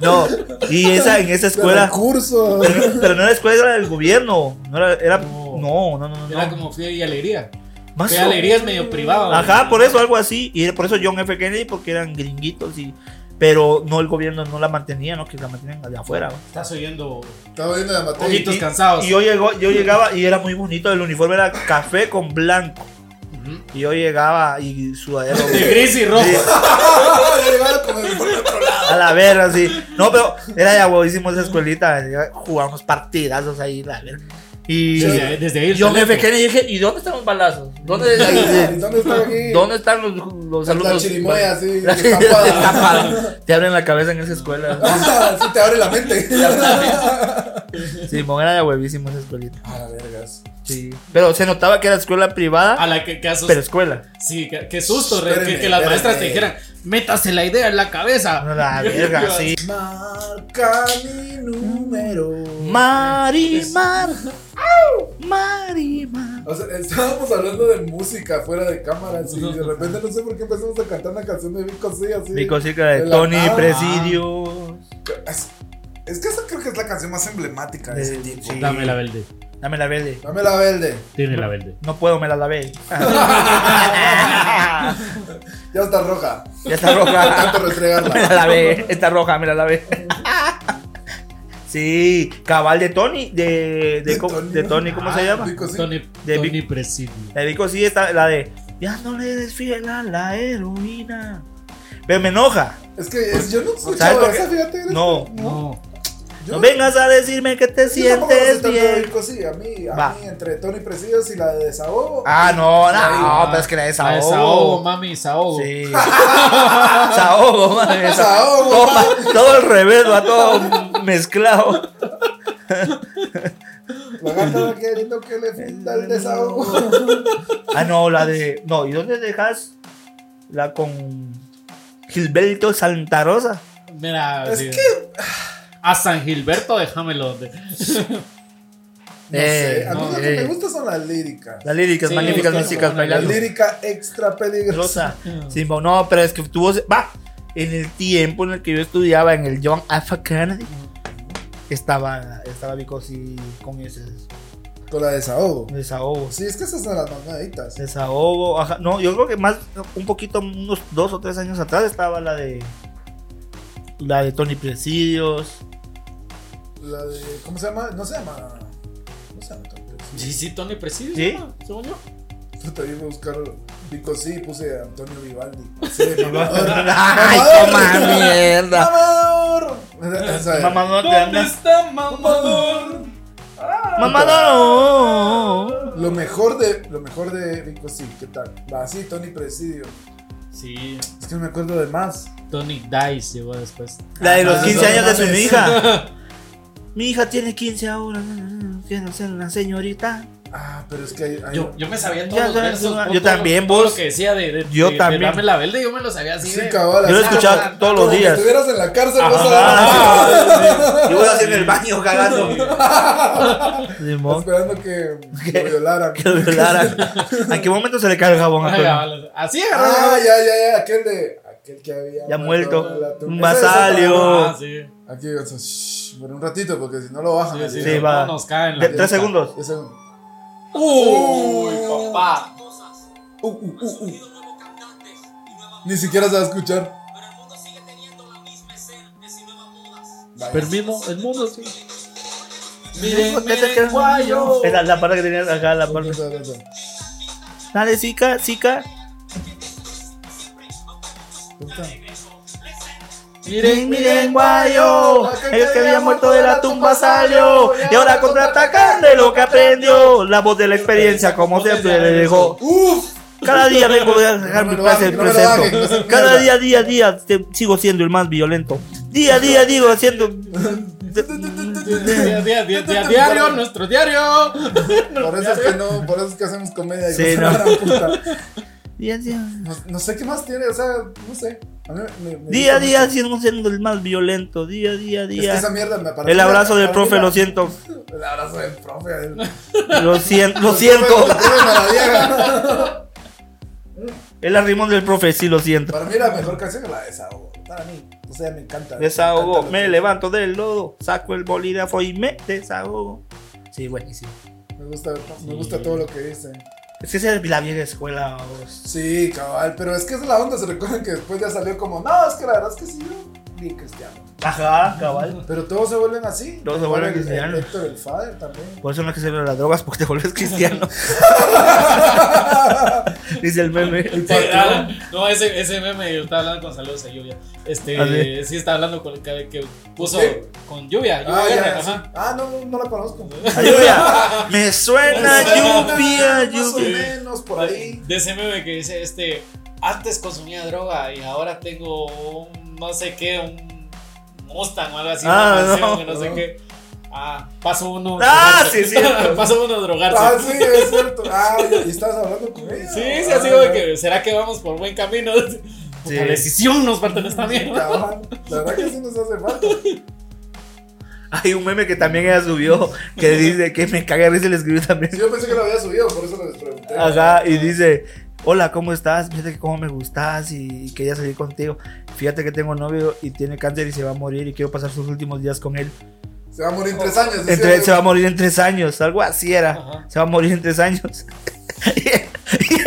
Speaker 1: no, y esa en esa escuela,
Speaker 2: Curso.
Speaker 1: pero, pero no era escuela era del gobierno, no era, era- no,
Speaker 3: No.
Speaker 1: no, no, no,
Speaker 3: Era
Speaker 1: no.
Speaker 3: como fe y alegría.
Speaker 1: Más
Speaker 3: Fe y
Speaker 1: o-
Speaker 3: alegría es medio privado.
Speaker 1: Ajá, por eso algo así. Y por eso John F. Kennedy, porque eran gringuitos y. Pero no el gobierno no la mantenía, ¿no? Que la mantenían de afuera. ¿no?
Speaker 3: Estás oyendo
Speaker 2: Estaba viendo de Matei.
Speaker 3: ojitos
Speaker 1: y-
Speaker 3: cansados.
Speaker 1: Y yo, llegó, yo llegaba y era muy bonito. El uniforme era café con blanco.
Speaker 3: Ujú.
Speaker 1: Y yo llegaba y sudadero.
Speaker 3: De gris y rojo.
Speaker 1: Sí,
Speaker 2: Ah, ya llegaron como de por otro lado.
Speaker 1: a la verga, así. No, pero era ya huevísimo esa escuelita. Jugábamos partidazos ahí, la verga. Y.
Speaker 3: Desde, desde ahí.
Speaker 1: y
Speaker 3: el
Speaker 1: John F.
Speaker 3: teléfono.
Speaker 1: Kennedy dije, ¿y dónde están los balazos? ¿Dónde,
Speaker 2: ¿Dónde está aquí?
Speaker 1: ¿Dónde están los, los
Speaker 2: Salta
Speaker 1: alumnos?
Speaker 2: chirimoya así,
Speaker 1: La-
Speaker 2: destapada.
Speaker 1: tapada. Te abren la cabeza en esa escuela.
Speaker 2: Ah, sí te abre la mente.
Speaker 1: Sí, Mon era de huevísimo esa escuelita.
Speaker 2: Ah, vergas.
Speaker 1: Sí. Pero se notaba que era escuela privada,
Speaker 3: A la que, que asus-
Speaker 1: pero escuela.
Speaker 3: Ah, Sí, que, que susto, re-
Speaker 2: Espérame,
Speaker 3: que, que las
Speaker 2: espérame.
Speaker 3: maestras te dijeran, métase la idea en la cabeza.
Speaker 1: No, La verga, sí.
Speaker 2: Marca mi número.
Speaker 1: Marimar. Au, Marimar.
Speaker 2: O sea, estábamos hablando de música fuera de cámara y de repente no sé por qué empezamos a cantar una canción de Vico sí así.
Speaker 1: Mi cosita de
Speaker 2: De la
Speaker 1: Tony
Speaker 2: nada.
Speaker 1: Presidio.
Speaker 2: Es, es que esa creo que es la canción más emblemática de ese
Speaker 1: Eh,
Speaker 2: tipo.
Speaker 1: sí.
Speaker 3: Dame la verde.
Speaker 1: Dame la verde.
Speaker 2: Dame la verde.
Speaker 3: Tiene la verde.
Speaker 1: No puedo, me la lavé.
Speaker 2: Ya está roja.
Speaker 1: ya está
Speaker 2: No
Speaker 1: roja.
Speaker 2: tanto
Speaker 1: Me la
Speaker 2: restregarla.
Speaker 1: lavé. Está roja, me la lavé. Sí, cabal de Tony. De, de,
Speaker 2: De
Speaker 1: co-
Speaker 2: Tony.
Speaker 1: de Tony, ¿cómo se
Speaker 2: Ah,
Speaker 1: llama?
Speaker 2: Vico sí.
Speaker 3: Tony,
Speaker 1: De
Speaker 3: Tony Presidio.
Speaker 1: La de Vico sí está la de Ya no le des fiel a la heroína. Pero me enoja.
Speaker 2: Es que es- yo no
Speaker 1: ¿Sabes
Speaker 2: escuchaba
Speaker 1: por qué?
Speaker 2: esa, fíjate. eres-
Speaker 1: No.
Speaker 3: No.
Speaker 1: No vengas a decirme que te
Speaker 2: Yo tampoco lo sé
Speaker 1: sientes
Speaker 2: tanto de
Speaker 1: bien.
Speaker 2: Vico, sí, a mí, a
Speaker 1: Va.
Speaker 2: mí, entre Tony Presidios y la de Desahogo.
Speaker 1: Ah, no, no,
Speaker 3: Ah,
Speaker 1: pero es que la
Speaker 3: Ah,
Speaker 1: desahogo.
Speaker 3: Desahogo, mami, desahogo.
Speaker 1: Sí. Desahogo, madre.
Speaker 2: Desahogo,
Speaker 1: Todo, va- todo al revés, va todo mezclado.
Speaker 2: La gata va queriendo que
Speaker 1: Eh,
Speaker 2: le finta el desahogo.
Speaker 1: Ah, no, la de. No, ¿y dónde dejas la con Gilberto Santa Rosa?
Speaker 3: Mira,
Speaker 2: Es
Speaker 3: sí.
Speaker 2: que-
Speaker 3: A San Gilberto, déjamelo. de-
Speaker 2: No
Speaker 1: Eh,
Speaker 2: sé, a mí
Speaker 1: no,
Speaker 2: lo que
Speaker 1: eh.
Speaker 2: me gusta son las líricas.
Speaker 1: Las líricas,
Speaker 3: Sí,
Speaker 1: magníficas
Speaker 3: usted
Speaker 1: músicas
Speaker 3: como una
Speaker 2: La
Speaker 1: bailando.
Speaker 2: lírica extra peligrosa.
Speaker 1: Rosa. Simba, no, pero es que tuvo. Va, en el tiempo en el que yo estudiaba en el John F. Kennedy, estaba, estaba Vico sí, con ese
Speaker 2: Con la Desahogo.
Speaker 1: desahogo.
Speaker 2: Sí, es que esas son las más nuevitas.
Speaker 1: Desahogo, ajá. No, yo creo que más, un poquito, unos dos o tres años atrás estaba la de. La de Tony Presidios.
Speaker 2: La de. ¿Cómo se llama? No se llama. No se llama Tony
Speaker 3: Sí,
Speaker 2: Presidios.
Speaker 3: sí, Tony Presidio.
Speaker 1: ¿Sí?
Speaker 3: ¿no? Según yo.
Speaker 2: Puta, yo iba a buscar. Vico, sí, puse a Antonio Vivaldi. Sí, mamador.
Speaker 1: ¡Ay, toma mierda!
Speaker 2: ¡Mamador! O sea,
Speaker 1: Mamador, te
Speaker 3: ¿Dónde
Speaker 1: andas.
Speaker 3: está mamador?
Speaker 1: Mamador.
Speaker 2: Lo mejor de. Lo mejor de Vico, sí, ¿qué tal? Va, sí, Tony Presidio.
Speaker 3: Sí,
Speaker 2: Es que no me acuerdo de más.
Speaker 3: Tony Dice llegó después.
Speaker 1: La de los
Speaker 2: Ah,
Speaker 1: 15
Speaker 2: no
Speaker 1: años de su
Speaker 2: mames.
Speaker 1: hija. Mi hija tiene 15 ahora. Quiero ser una señorita.
Speaker 2: Ah, pero es que hay. hay-
Speaker 3: Yo, yo me sabía todos
Speaker 1: Ya
Speaker 3: los
Speaker 1: sabes,
Speaker 3: versos,
Speaker 1: una-
Speaker 3: todo-
Speaker 1: yo también,
Speaker 3: todo
Speaker 1: vos.
Speaker 3: Lo que decía de, de-
Speaker 1: Yo
Speaker 3: de- de
Speaker 1: también.
Speaker 3: Dame la verde, yo me lo sabía así.
Speaker 2: Sí,
Speaker 3: de-
Speaker 2: cabal,
Speaker 1: Yo lo he
Speaker 2: así
Speaker 1: escuchado
Speaker 2: como-
Speaker 1: todos los
Speaker 2: como
Speaker 1: días.
Speaker 2: Si estuvieras en la cárcel, vas a
Speaker 1: Ajá.
Speaker 2: dar
Speaker 1: Yo voy a hacer el baño cagando.
Speaker 2: así,
Speaker 1: Simón,
Speaker 2: esperando que lo violaran.
Speaker 1: que lo violaran. ¿A qué momento se le cae el jabón a
Speaker 3: Ah,
Speaker 1: Antonio?
Speaker 3: cabal, Así agarraba.
Speaker 2: Ah, ya, ya, ya, aquel de. Aquel que había.
Speaker 1: Ya muerto.
Speaker 2: la tumba.
Speaker 1: Un
Speaker 2: Esa es otra,
Speaker 1: basalio.
Speaker 3: Ah, sí.
Speaker 2: ¿no? Aquí, o sea, shh, bueno, un ratito, porque si no lo bajan.
Speaker 3: Sí, sí,
Speaker 2: así,
Speaker 1: Sí,
Speaker 3: no
Speaker 1: va.
Speaker 3: nos caen.
Speaker 1: De- Tres segundos.
Speaker 2: Ese- uh,
Speaker 3: Uy, papá.
Speaker 2: uh, uh, uh. Ni siquiera se va a escuchar. Vaya.
Speaker 3: Permiso, el mundo sí.
Speaker 1: Miren,
Speaker 3: Miren,
Speaker 1: miren,
Speaker 3: miren, guayo.
Speaker 1: Era la parte que tenía acá, la parte.
Speaker 2: Esa, esa, esa.
Speaker 1: Dale, Zika, Zika.
Speaker 2: Puta.
Speaker 1: Miren,
Speaker 3: Miren,
Speaker 1: miren, guayo. El que había muerto de la tumba salió. Y ahora contraatacan de lo que aprendió. La voz de la experiencia, como siempre le dejó.
Speaker 2: Uf,
Speaker 1: Cada día vengo a dejar
Speaker 2: No
Speaker 1: mi
Speaker 2: me lo
Speaker 1: clase
Speaker 2: hagan,
Speaker 1: del
Speaker 2: no me lo hagan,
Speaker 1: precepto.
Speaker 2: no seas
Speaker 1: Cada
Speaker 2: mierda.
Speaker 1: día, día, día te- sigo siendo el más violento. Día a día digo haciendo.
Speaker 3: Día, día, día, día, diario, nuestro diario.
Speaker 2: por eso es que no, por eso es que hacemos comedia. y
Speaker 1: Sí,
Speaker 2: cosas
Speaker 1: no.
Speaker 2: de la puta.
Speaker 1: Día, día.
Speaker 2: No, no sé qué más tiene, o sea, no sé. A mí me- me- me
Speaker 1: Día a
Speaker 2: gusta
Speaker 1: día
Speaker 2: mucho.
Speaker 1: sigo siendo el más violento. Día, día,
Speaker 2: Es que
Speaker 1: día.
Speaker 2: esa mierda me parece.
Speaker 1: El abrazo del
Speaker 2: para
Speaker 1: profe,
Speaker 2: mí
Speaker 1: lo siento.
Speaker 2: la- El abrazo del profe. el-
Speaker 1: Lo siento, lo siento.
Speaker 2: el profe me la llega.
Speaker 1: El arrimón del profe, sí, lo siento.
Speaker 2: Para mí la mejor canción es la de Desahogo. Para mí, o sea, me encanta.
Speaker 1: Desahogo,
Speaker 2: encanta
Speaker 1: me
Speaker 2: lo-
Speaker 1: levanto del lodo, saco el bolígrafo y me desahogo. Sí, buenísimo.
Speaker 2: Me gusta, me gusta todo lo que dice.
Speaker 1: Es que esa es la vieja escuela. vos.
Speaker 2: Sí, cabal, pero es que es la onda. Se recuerdan que después ya salió como, no, es que la verdad es que sí, yo bien cristiano.
Speaker 1: Ajá, cabal.
Speaker 2: Pero todos se vuelven así.
Speaker 1: Todos se vuelven
Speaker 2: El- el
Speaker 1: cristianos.
Speaker 2: Héctor, el Fader también.
Speaker 1: Por eso no es que se ven las drogas, porque te vuelves cristiano.
Speaker 3: Ah,
Speaker 1: Dice el meme.
Speaker 3: Sí, ah, no, ese, ese meme, yo estaba hablando con saludos a Lluvia. Este,
Speaker 1: ¿Ah, sí?
Speaker 3: sí, estaba hablando con el que, que puso
Speaker 2: ¿Qué?
Speaker 3: con Lluvia. Lluvia
Speaker 2: Ah, ya,
Speaker 3: Guerra,
Speaker 2: sí.
Speaker 3: ajá.
Speaker 2: Ah, no, no la conozco.
Speaker 1: Lluvia. Me suena lluvia,
Speaker 2: Más o
Speaker 1: lluvia.
Speaker 2: menos por ahí.
Speaker 3: De ese meme que dice, este, antes consumía droga y ahora tengo un no sé qué, un Mustang o algo así.
Speaker 1: Ah,
Speaker 3: una mansión,
Speaker 1: no.
Speaker 3: que no, sé qué. Ah, paso uno.
Speaker 1: Ah,
Speaker 3: drogarse.
Speaker 1: sí, cierto.
Speaker 3: paso uno drogarse.
Speaker 2: Ah, sí, es cierto. Ah, y estás hablando con ella.
Speaker 3: Sí, sí,
Speaker 2: Ah,
Speaker 3: así como que, ¿será que vamos por buen camino? Puta
Speaker 1: Sí.
Speaker 3: decisión nos falta en esta mierda.
Speaker 2: Cabal, La verdad que sí nos hace falta.
Speaker 1: Hay un meme que también ella subió que dice que me caga y se le escribió también.
Speaker 2: Sí, Yo pensé que lo había subido, por eso les pregunté.
Speaker 1: Ajá, y dice, hola, ¿cómo estás? Fíjate que cómo me gustas y, y quería salir contigo. Fíjate que tengo novio y tiene cáncer y se va a morir y quiero pasar sus últimos días con él.
Speaker 2: Se va a morir en tres años. decía
Speaker 1: Entre-
Speaker 2: yo.
Speaker 1: se va a morir en tres años, algo así era.
Speaker 3: Ajá.
Speaker 1: Se va a morir en tres años. y, y-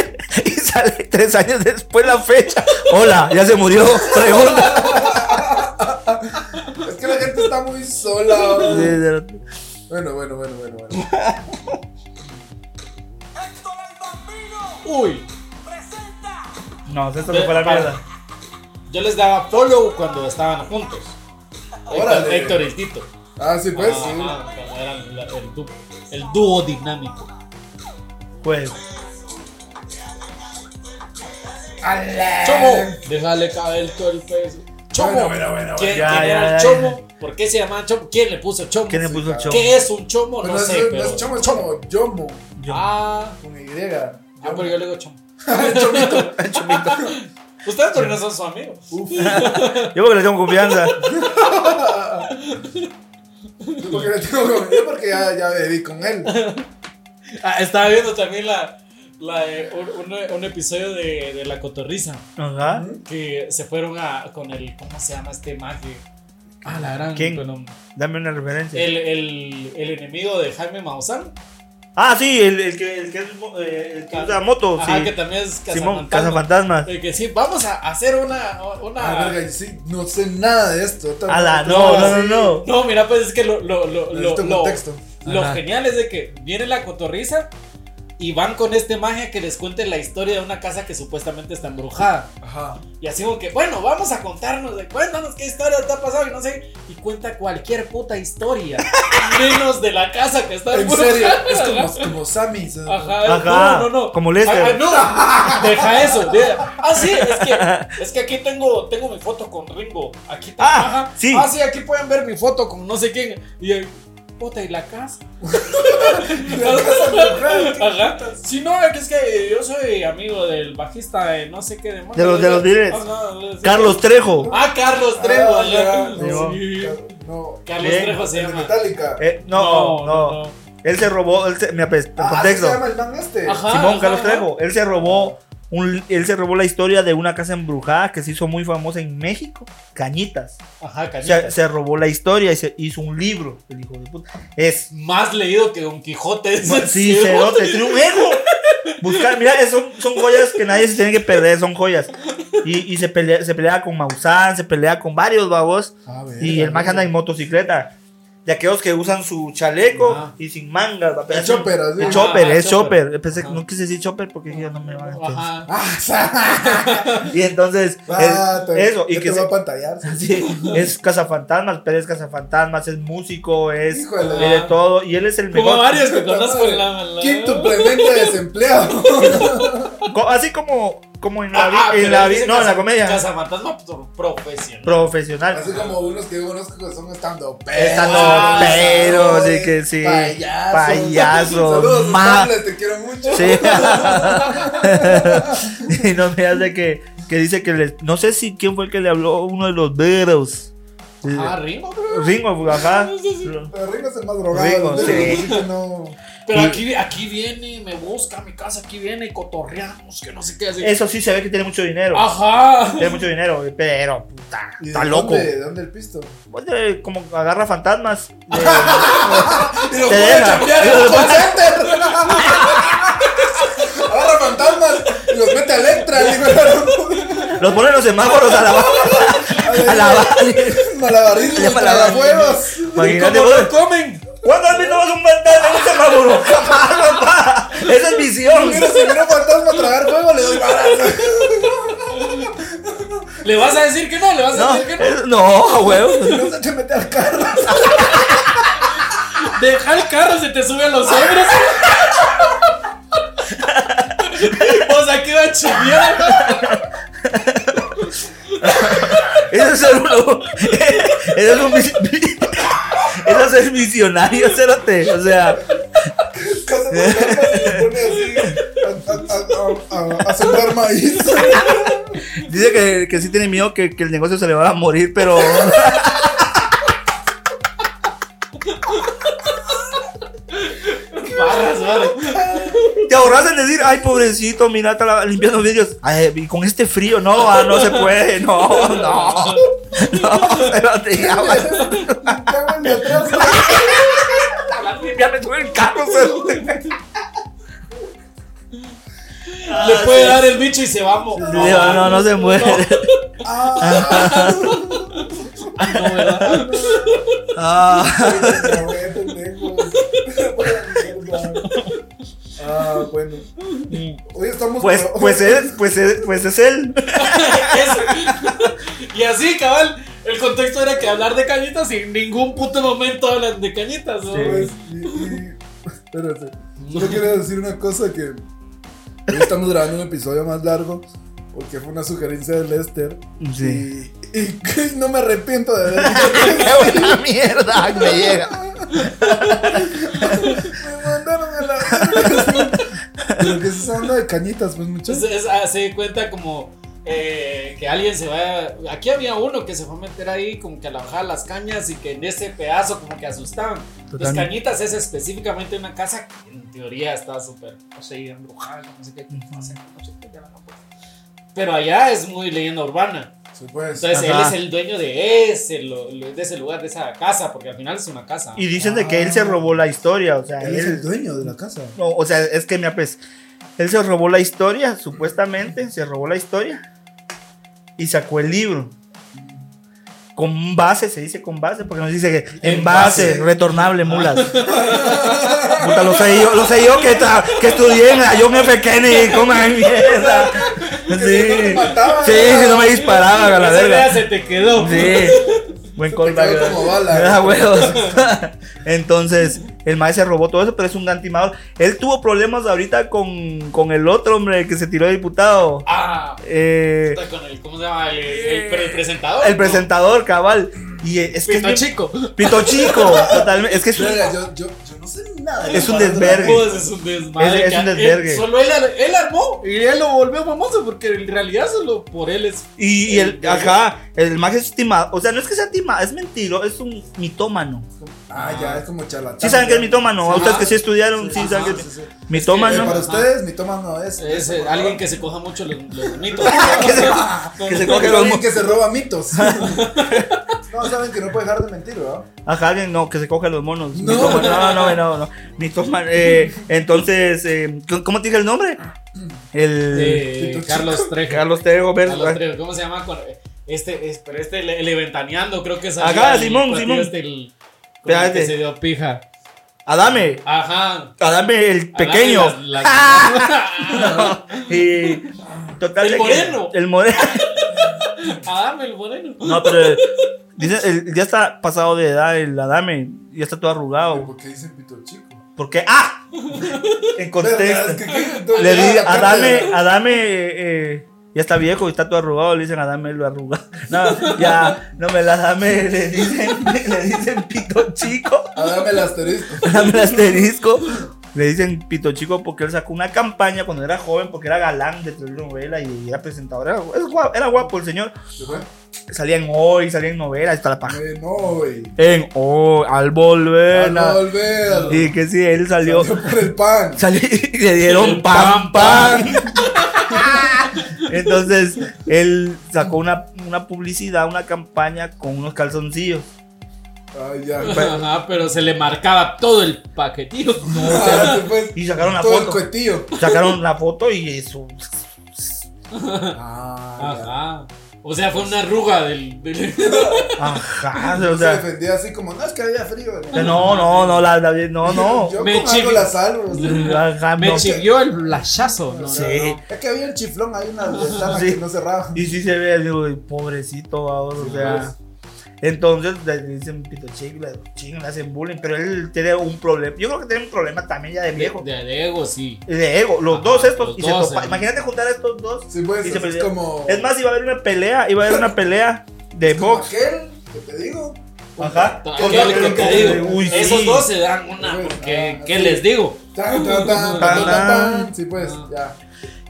Speaker 1: y sale tres años después la fecha. Hola, ya se murió. Pregunta.
Speaker 2: Es que la gente está muy sola.
Speaker 1: Sí,
Speaker 2: ¿no?
Speaker 1: de-
Speaker 2: Bueno, bueno, bueno, bueno, bueno.
Speaker 6: Héctor el Bambino
Speaker 3: Uy,
Speaker 6: presenta
Speaker 1: No, esto se fue a la mierda.
Speaker 3: yo les daba follow cuando estaban juntos. Héctor,
Speaker 2: Órale.
Speaker 3: Héctor y Tito.
Speaker 2: Ah, sí, pues.
Speaker 3: Ajá,
Speaker 2: sí.
Speaker 3: cuando eran la- el, dúo, el dúo dinámico.
Speaker 1: Pues,
Speaker 2: ¡Ala!
Speaker 3: Chomo, déjale caer todo el peso. Chomo,
Speaker 2: Bueno, bueno, bueno,
Speaker 3: ¿quién,
Speaker 1: ya,
Speaker 3: quién
Speaker 1: ya,
Speaker 3: era el
Speaker 1: ya,
Speaker 3: chomo? ¿Por qué se llamaba chomo? ¿Quién le puso chomo?
Speaker 1: ¿quién le puso el
Speaker 2: sí,
Speaker 1: show?
Speaker 3: ¿Qué es un chomo? No,
Speaker 2: Bueno,
Speaker 3: sé,
Speaker 2: es-
Speaker 3: pero.
Speaker 2: es chomo, es chomo, yomo.
Speaker 1: Yo.
Speaker 3: Ah,
Speaker 2: Con Y. Yomo.
Speaker 3: ah, pero yo le digo chomo.
Speaker 2: Chomito.
Speaker 3: Ustedes porque no son sus amigos.
Speaker 1: Yo porque le tengo confianza.
Speaker 2: Yo porque le tengo con yo porque ya, ya bebí con él.
Speaker 3: Ah, estaba viendo también la, la de un, un- un episodio de, de La Cotorriza.
Speaker 1: Ajá.
Speaker 3: Que se fueron a. con el. ¿Cómo se llama este mago? Ah, la gran.
Speaker 1: ¿Quién?
Speaker 3: bueno,
Speaker 1: Dame una referencia.
Speaker 3: el, el, el enemigo de Jaime Maussan.
Speaker 1: Ah, sí, el, el que, el que es, mo- eh, el que usa moto.
Speaker 3: Ajá,
Speaker 1: sí.
Speaker 3: que también es
Speaker 1: Simón,
Speaker 3: cazafantasma.
Speaker 1: Cazafantasmas.
Speaker 3: De que sí, vamos a hacer una.
Speaker 2: Ah,
Speaker 3: una
Speaker 2: verga, yo sí, no sé nada de esto. Yo
Speaker 1: A la,
Speaker 2: tampoco-
Speaker 1: no, no, no, no.
Speaker 3: no, mira, pues es que lo, lo, lo, lo,
Speaker 2: Necesito
Speaker 3: lo,
Speaker 2: contexto.
Speaker 3: lo
Speaker 2: Ajá.
Speaker 3: genial es de que viene la cotorriza y van con este magia que les cuente la historia de una casa que supuestamente está embrujada.
Speaker 2: Ajá.
Speaker 3: Y así como que, bueno, vamos a contarnos, de, cuéntanos qué historia te ha pasado y no sé. Y cuenta cualquier puta historia, menos de la casa que está
Speaker 2: En
Speaker 3: embrujada.
Speaker 2: serio, es como, como Sammy. ¿sabes?
Speaker 3: Ah, Ajá, Ah,
Speaker 1: Ajá,
Speaker 3: no, no, no.
Speaker 1: como Lester.
Speaker 3: Ah, no, deja eso. de- Ah, sí, es que, es que aquí tengo, tengo mi foto con Ringo. Aquí tengo-
Speaker 1: Ah,
Speaker 3: ajá.
Speaker 1: sí.
Speaker 3: Ah, sí, aquí pueden ver mi foto con no sé quién. Y eh, puta, ¿y la casa? Ajá. Si no, es que yo soy amigo del bajista de no sé qué demás.
Speaker 1: De los- de los Beatles. Carlos Trejo.
Speaker 3: Ah, Carlos Trejo.
Speaker 2: Ah,
Speaker 3: ajá.
Speaker 2: ya,
Speaker 1: no,
Speaker 3: Sí.
Speaker 2: No.
Speaker 3: Carlos
Speaker 1: Bien.
Speaker 3: Trejo se
Speaker 2: El de
Speaker 3: llama.
Speaker 2: Metallica.
Speaker 1: Eh, no, no, Él se robó, él se, me apest-
Speaker 2: Ah, así
Speaker 1: contexto.
Speaker 2: se llama el man este.
Speaker 3: Ajá,
Speaker 1: Simón
Speaker 3: ajá,
Speaker 1: Carlos
Speaker 3: ajá.
Speaker 1: Trejo, él se robó un, él se robó la historia de una casa embrujada que se hizo muy famosa en México, Cañitas.
Speaker 3: Ajá,
Speaker 1: O
Speaker 3: Cañitas.
Speaker 1: sea, se robó la historia y se hizo un libro, el hijo de puta. Es
Speaker 3: Más leído que Don Quijote. ese
Speaker 1: sí,
Speaker 3: ciego.
Speaker 1: cerote, tiene un ego. Buscar, mira, es- son, son joyas que nadie se tiene que perder, son joyas. Y, y se pelea, se pelea con Maussan, se pelea con varios babos.
Speaker 2: A ver,
Speaker 1: Y
Speaker 2: a
Speaker 1: el
Speaker 2: ver.
Speaker 1: man que anda en motocicleta. De aquellos que usan su chaleco
Speaker 3: Ajá.
Speaker 1: y sin mangas. va, pero
Speaker 2: El
Speaker 1: es un-
Speaker 2: chopper, así.
Speaker 1: El
Speaker 3: Ajá,
Speaker 1: chopper,
Speaker 3: ajá,
Speaker 1: es
Speaker 3: chopper.
Speaker 1: chopper. Pensé que-
Speaker 3: Ajá.
Speaker 1: no quise decir chopper porque dije, no me van a entender.
Speaker 3: Ajá.
Speaker 2: Ah, sa-
Speaker 1: Y entonces,
Speaker 2: Ah,
Speaker 1: el-
Speaker 2: te-
Speaker 1: eso. Y
Speaker 2: ya
Speaker 1: que
Speaker 2: te
Speaker 1: se-
Speaker 2: va a pantallar.
Speaker 1: sí, es cazafantasmas, pero es cazafantasmas, es músico, es
Speaker 2: Híjole.
Speaker 3: Ah,
Speaker 1: de todo. Y él es el
Speaker 3: Como
Speaker 1: mejor.
Speaker 3: varios que conozco en la. la-
Speaker 2: Quintuplemente desempleado.
Speaker 1: Co- Así como, como en la, vi-
Speaker 3: Ah, ah,
Speaker 1: en
Speaker 3: pero
Speaker 1: la
Speaker 3: él
Speaker 1: vi-
Speaker 3: dice
Speaker 1: no, en la
Speaker 3: caza-
Speaker 1: comedia.
Speaker 3: Cazafantasma pro- profesional.
Speaker 1: Profesional.
Speaker 2: Así como unos que yo conozco que son estando peros.
Speaker 1: Estando
Speaker 3: Ah,
Speaker 1: pero, sí que sí.
Speaker 2: Payasos.
Speaker 1: Payasos,
Speaker 2: Saludos,
Speaker 1: ma-
Speaker 2: Starlet, te quiero mucho.
Speaker 1: Sí. y no me hace que, que dice que les, no sé si quién fue el que le habló uno de los veros.
Speaker 3: ah, Ringo, bro.
Speaker 1: Ringo, ajá.
Speaker 2: Pero Ringo es el más drogado.
Speaker 1: Ringo,
Speaker 2: ¿no?
Speaker 1: sí.
Speaker 2: Así que no.
Speaker 3: Pero
Speaker 1: Y-
Speaker 3: aquí, aquí viene, me busca a mi casa, aquí viene, cotorreamos, que no sé qué así.
Speaker 1: Eso sí se ve que tiene mucho dinero.
Speaker 3: Ah. Ajá.
Speaker 1: Tiene mucho dinero, pero puta,
Speaker 2: ¿Y
Speaker 1: está
Speaker 2: de
Speaker 1: loco.
Speaker 2: ¿Dónde, de dónde el pisto?
Speaker 1: Vos te- Como agarra fantasmas. eh, de-
Speaker 2: Y lo
Speaker 1: Te
Speaker 2: puede
Speaker 1: deja.
Speaker 2: chambear en un call center. Agarra fantasmas y los mete a Electra. el hijo de la-
Speaker 1: los ponen los semáforos a la a la
Speaker 2: Malabarismo
Speaker 1: Ya
Speaker 2: para
Speaker 1: malabarismo.
Speaker 2: huevos.
Speaker 1: Imagínate
Speaker 3: ¿Cómo
Speaker 1: vos.
Speaker 3: lo comen?
Speaker 1: ¿Cuándo has visto vos un fantasma en un semáforo? Jamás, papá. Esa es visión.
Speaker 2: Mira, si viene un fantasma a tragar fuego, le doy balas.
Speaker 3: ¿Le vas a decir que no? ¿Le vas a
Speaker 1: No,
Speaker 3: decir que no?
Speaker 1: es- no,
Speaker 2: Y
Speaker 1: huevo.
Speaker 2: no se eche a meter al carro.
Speaker 3: Deja el carro, se te sube a los hombros. o sea, queda chiviado.
Speaker 1: Eso es ser uno. Eso es un vis- Eso es ser visionario, cérate. O sea,
Speaker 2: Casa de fantasmas y se pone así a- a- a- a- a sembrar maíz.
Speaker 1: dice que, que sí tiene miedo que, que el negocio se le va a morir, pero.
Speaker 3: Barras, barras.
Speaker 1: Te ahorras en decir, ay, pobrecito, mira, está la- limpiando vidrios. Ay, y con este frío, no, ah, no se puede, no, no. No, pero te llamas.
Speaker 2: Cago de atrás.
Speaker 1: Limpiarme todo el carro, pero.
Speaker 3: Le
Speaker 1: Ah,
Speaker 3: puede dar el bicho y se va a mo-
Speaker 1: No, no, no se muere.
Speaker 2: Ah,
Speaker 3: No, ¿verdad?
Speaker 1: Ah,
Speaker 2: Ay, güey, pendejo. Ah, bueno. Ah, Hoy estamos.
Speaker 1: pues, pues es, pues es, pues es él.
Speaker 3: Eso. Y así, cabal, El contexto era que hablar de cañitas y en ningún puto momento hablan de cañitas, ¿no?
Speaker 1: Sí.
Speaker 2: Pues, y, y- espérate. Solo quiero decir una cosa que hoy estamos grabando un episodio más largo porque fue una sugerencia de Lester
Speaker 1: Sí.
Speaker 2: y, y que no me arrepiento de haber
Speaker 1: ¡Qué buena mierda! Me llega.
Speaker 2: me mandaron a la verga. Pero que se hablando de cañitas, pues muchachos.
Speaker 3: Entonces hace ah, cuenta como eh, que alguien se va. Aquí había uno que se fue a meter ahí, como que a la bajada de las cañas y que en ese pedazo como que asustaban. Las
Speaker 1: Totalmente.
Speaker 3: cañitas es específicamente una casa que en teoría está súper poseída, embrujada, no sé qué, no sé qué, no sé qué, ya no puedo. Pero allá es muy leyenda urbana.
Speaker 2: Sí, pues.
Speaker 3: Entonces
Speaker 1: Ajá.
Speaker 3: él es el dueño de ese, lo- lo- de ese lugar, de esa casa, porque al final es una casa.
Speaker 1: Y dicen de que él se robó la historia. O sea,
Speaker 2: Él es el
Speaker 1: él.
Speaker 2: dueño de la casa.
Speaker 1: no, o sea, es que mira, pues. Él se robó la historia, supuestamente. Se robó la historia. Y sacó el libro. Con base, se dice con base, porque nos dice que en base, retornable, mulas. Puta, lo sé yo, lo sé yo que, tra- que estudié en la John F. Kennedy, coman mierda. Sí, sí, si no me disparaban a la
Speaker 3: Esa
Speaker 1: verga.
Speaker 3: idea se te quedó.
Speaker 1: Sí. Buen
Speaker 2: Se te
Speaker 1: callback.
Speaker 2: quedó
Speaker 1: ¿verdad?
Speaker 2: como bala.
Speaker 1: ¿Verdad, huevos? Entonces, el maestro se robó todo eso, pero es un gran timador. Él tuvo problemas ahorita con, con el otro hombre que se tiró de diputado.
Speaker 3: Ah,
Speaker 1: Eh,
Speaker 3: con el, ¿cómo se llama? El, el- el presentador.
Speaker 1: el
Speaker 3: ¿no?
Speaker 1: presentador, cabal. Y eh, es que es
Speaker 3: Pito
Speaker 1: bien-
Speaker 3: chico.
Speaker 1: Pito chico. Totalmente. Es que es un,
Speaker 2: Verga, yo, yo, yo no sé nada. de
Speaker 1: Es un
Speaker 2: parándola.
Speaker 1: desvergue.
Speaker 3: Pues, es un desmadre.
Speaker 1: Es- es
Speaker 3: que
Speaker 1: un
Speaker 3: él-
Speaker 1: desvergue.
Speaker 3: solo él, él armó y él lo volvió famoso porque en realidad solo por él es.
Speaker 1: Y, y el, ajá, el mago es timado. O sea, no es que sea timado, es mentiro, es un mitómano.
Speaker 2: Ah, ya, es como charlatán.
Speaker 1: Sí saben que es
Speaker 2: ya.
Speaker 1: mitómano,
Speaker 2: Ajá.
Speaker 1: ustedes que sí estudiaron, sí,
Speaker 2: Ajá,
Speaker 1: saben que
Speaker 2: Ah, sí, sí. Eh,
Speaker 1: mitómano.
Speaker 2: Para
Speaker 3: Ajá.
Speaker 2: ustedes, mi toma no es.
Speaker 3: es, eh, alguien que se coja mucho los, los mitos.
Speaker 1: que se, que se coge
Speaker 2: Porque
Speaker 1: los
Speaker 2: alguien
Speaker 1: mo-
Speaker 2: que se roba mitos. no, saben que no puede dejar de mentir, ¿verdad?
Speaker 1: Ajá, alguien no, que se coge los monos.
Speaker 2: No.
Speaker 1: Mitómano, No, no, no, no, no. Mitómano, eh, entonces, eh, ¿cómo- ¿cómo te dije el nombre? El
Speaker 3: Eh, Carlos Trejo.
Speaker 1: Carlos ah, Tego
Speaker 3: Carlos
Speaker 1: versus
Speaker 3: Trejo, ¿Cómo se llama? Con- Este, es- pero este, el, el ventaneando, creo que es
Speaker 1: Ajá, Simón, Simón.
Speaker 3: Este, el, con el
Speaker 1: Espérate.
Speaker 3: que se dio pija.
Speaker 1: Adame.
Speaker 3: Ajá.
Speaker 1: Adame el pequeño.
Speaker 3: Las- las-
Speaker 1: Y total
Speaker 3: El
Speaker 1: de que-
Speaker 3: moreno.
Speaker 1: El moreno.
Speaker 3: Adame, el moreno.
Speaker 1: No, pero eh, dice, el- ya está pasado de edad el Adame, ya está todo arrugado.
Speaker 2: ¿Por qué dicen pito chico?
Speaker 1: Porque ¡ah! En
Speaker 2: Verga, es
Speaker 1: contexto.
Speaker 2: que- que-
Speaker 1: Le di
Speaker 2: Ah, aparte,
Speaker 1: Adame, Adame eh, eh, ya está viejo y está todo arrugado, le dicen Adame lo arrugado. No, ya, no me la dame, le dicen, le dicen pito chico.
Speaker 2: Adame el asterisco.
Speaker 1: Dame el asterisco. Le dicen pito chico porque él sacó una campaña cuando era joven, porque era galán de telenovela y era presentador. Era, es guapo- era guapo el señor.
Speaker 2: Se fue.
Speaker 1: Salía en hoy, salía en novelas, está la paja.
Speaker 2: Eh, no, güey.
Speaker 1: En oh, al
Speaker 2: A
Speaker 1: volver.
Speaker 2: no
Speaker 1: na-
Speaker 2: volver.
Speaker 1: Y que sí, él salió.
Speaker 2: Yo por el pan.
Speaker 1: salió y le dieron
Speaker 3: El
Speaker 1: pan,
Speaker 3: pan,
Speaker 1: pan. Entonces, él sacó una, una publicidad, una campaña con unos calzoncillos.
Speaker 2: Ay, ya.
Speaker 3: Ajá, pero se le marcaba todo el paquetillo.
Speaker 2: Ah, se fue
Speaker 1: Y sacaron la
Speaker 2: Todo el
Speaker 1: foto.
Speaker 2: cohetillo.
Speaker 1: Sacaron la foto y eso. Ah,
Speaker 2: Ah,
Speaker 3: Ajá. O sea, fue una arruga del. del-
Speaker 1: Ajá,
Speaker 2: ya.
Speaker 1: o
Speaker 2: Se
Speaker 1: sea.
Speaker 2: defendía así como, no, es que había frío. ¿no?
Speaker 1: No, no, no, la, la- no, no.
Speaker 2: Yo
Speaker 3: Me
Speaker 2: con algo
Speaker 3: chico.
Speaker 2: la salvo.
Speaker 1: Ajá,
Speaker 3: Me
Speaker 1: no.
Speaker 3: chivió el blachazo, ¿no?
Speaker 1: Sí.
Speaker 2: Es que había un chiflón, hay una ventana
Speaker 1: Ah, Sí.
Speaker 2: que no cerraba.
Speaker 1: Y sí se ve, digo, y pobrecito, ahora, o
Speaker 2: pues.
Speaker 1: sea. Entonces le dicen pito chico, le chingan, le hacen bullying, pero él tiene un problema. Yo creo que tiene un problema también ya de
Speaker 3: De,
Speaker 1: viejo.
Speaker 3: de- de ego, sí.
Speaker 1: De ego, los
Speaker 3: Ajá,
Speaker 1: dos estos.
Speaker 3: los
Speaker 1: y se
Speaker 3: dos,
Speaker 1: topa-
Speaker 3: eh.
Speaker 1: Imagínate juntar a estos dos.
Speaker 2: Sí, pues,
Speaker 1: Y se
Speaker 2: es
Speaker 1: perdió.
Speaker 2: como.
Speaker 1: Es más, iba a haber una pelea, iba a haber una pelea de
Speaker 2: como
Speaker 1: box.
Speaker 2: aquel que te digo.
Speaker 1: Ajá.
Speaker 3: Ta-
Speaker 2: Con
Speaker 3: yo
Speaker 2: el
Speaker 3: lo
Speaker 2: que
Speaker 3: que
Speaker 2: te
Speaker 3: digo,
Speaker 2: digo.
Speaker 1: Uy, sí.
Speaker 3: Esos dos se dan una.
Speaker 2: Uy,
Speaker 3: Porque,
Speaker 2: ah,
Speaker 3: ¿qué
Speaker 2: sí.
Speaker 3: les digo?
Speaker 2: Tan, tan, tan, tan, tan, tan. Sí, pues, ya.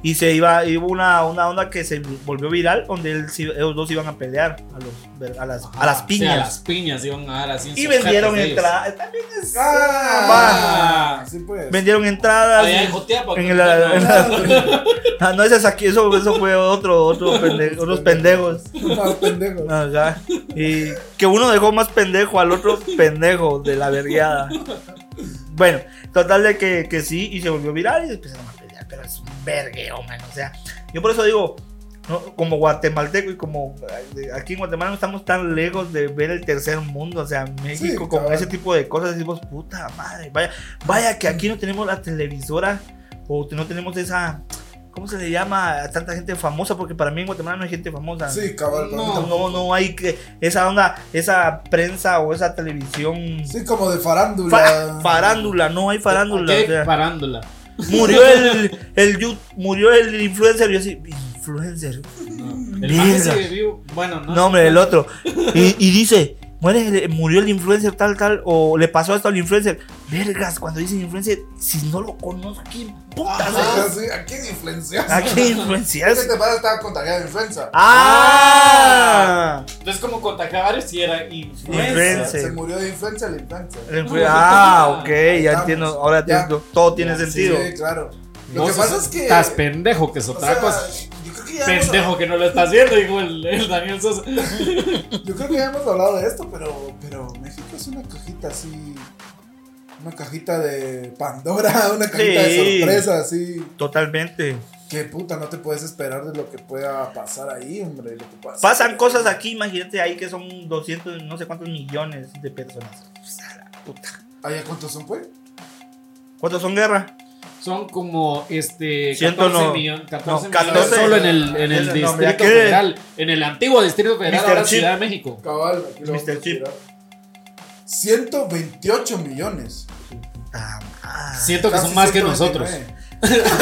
Speaker 1: Y se iba, iba una, una onda que se volvió viral, donde él, sí- ellos dos iban a pelear a, los, a, las, a las
Speaker 3: O sea,
Speaker 1: piñas.
Speaker 3: a las piñas iban a dar así. en
Speaker 1: Y
Speaker 3: sus
Speaker 1: vendieron
Speaker 3: jetas ellos.
Speaker 1: entradas. También es-
Speaker 2: Ah,
Speaker 3: va.
Speaker 2: sí, pues.
Speaker 1: Vendieron entradas.
Speaker 3: Allá en Joteapa,
Speaker 1: en
Speaker 3: creo que
Speaker 1: el-
Speaker 3: era,
Speaker 1: en
Speaker 3: ¿no?
Speaker 1: la- Ah, no, ese es aquí, eso, eso fue otro, otro pende- unos pendejos.
Speaker 2: Más pendejo.
Speaker 1: Ajá. Ah, Y que uno dejó más pendejo al otro pendejo de la vergueada. Bueno, total de que, que sí, y se volvió viral y empezaron a pelear, pero es un vergueo, man. O sea, yo por eso digo, no, como guatemalteco y como eh, aquí en Guatemala no estamos tan lejos de ver el tercer mundo, o sea, México con
Speaker 2: cabrón.
Speaker 1: ese tipo de cosas decimos, puta madre, vaya, vaya que aquí no tenemos la televisora o no tenemos esa ¿Cómo se le llama a tanta gente famosa? Porque para mí en Guatemala no hay gente famosa.
Speaker 2: Sí, cabal.
Speaker 3: No.
Speaker 1: No, no, no hay que, esa onda, esa prensa o esa televisión.
Speaker 2: Sí, como de farándula.
Speaker 1: fa- farándula, no hay farándula.
Speaker 3: ¿Qué
Speaker 1: o sea,
Speaker 3: Parándola.
Speaker 1: murió el, el yu- murió el influencer. y Yo así, influencer.
Speaker 3: No. El
Speaker 1: Mierda.
Speaker 3: man sigue vivo. Bueno, no.
Speaker 1: No, hombre, el otro. Y, y dice, muere, el- murió el influencer tal, tal, o le pasó esto al influencer. Vergas, cuando dicen influencer, si no lo conozco, ¿quién putas
Speaker 2: Ah,
Speaker 1: es?
Speaker 2: sí, ¿A quién influencias?
Speaker 1: ¿A qué
Speaker 2: ¿Qué te
Speaker 1: influencias?
Speaker 2: pasa? Estaba contagiado de influenza.
Speaker 1: ¡Ah!
Speaker 3: Entonces, como contagiaba varios si era influencer.
Speaker 1: Influencer.
Speaker 2: Pues, Se murió de influenza la influenza.
Speaker 1: El influ- Ah, ok, ya
Speaker 2: Estamos,
Speaker 1: entiendo. Ahora
Speaker 2: ya.
Speaker 1: tiene- todo tiene
Speaker 3: Ya,
Speaker 1: sentido.
Speaker 2: Sí, claro. Lo
Speaker 3: Vos
Speaker 2: que pasa es que.
Speaker 3: Estás pendejo, que es
Speaker 2: o
Speaker 3: otra
Speaker 2: sea,
Speaker 3: cosa.
Speaker 2: yo creo que ya hemos-
Speaker 3: Pendejo que no lo está haciendo, dijo el, el Daniel Sosa.
Speaker 2: Yo creo que ya hemos hablado de esto, pero, pero México es una cajita así. Una cajita de Pandora, una cajita
Speaker 1: Sí.
Speaker 2: de sorpresa, así.
Speaker 1: Totalmente.
Speaker 2: Que puta, no te puedes esperar de lo que pueda pasar ahí, hombre. Lo que pasa.
Speaker 1: Pasan cosas aquí, imagínate ahí que son 200, no sé cuántos millones de personas. Pues, a la puta.
Speaker 2: ¿Allá cuántos son, pues?
Speaker 1: ¿Cuántos son guerra?
Speaker 3: Son como este 14
Speaker 1: 109.
Speaker 3: millones, 14
Speaker 1: No,
Speaker 3: millones
Speaker 1: 14.
Speaker 3: solo en el, en el
Speaker 1: No, hombre,
Speaker 3: Distrito
Speaker 1: aquí-
Speaker 3: Federal, en el antiguo Distrito Federal,
Speaker 1: Mr.
Speaker 3: ahora
Speaker 1: Chip.
Speaker 3: Ciudad de México.
Speaker 2: Cabal, aquí lo
Speaker 1: Mr.
Speaker 2: vamos a
Speaker 1: Chip.
Speaker 2: tirar. 128 millones.
Speaker 1: Ah, ah.
Speaker 3: Siento que son
Speaker 2: Casi
Speaker 3: más que
Speaker 2: 129.
Speaker 3: nosotros.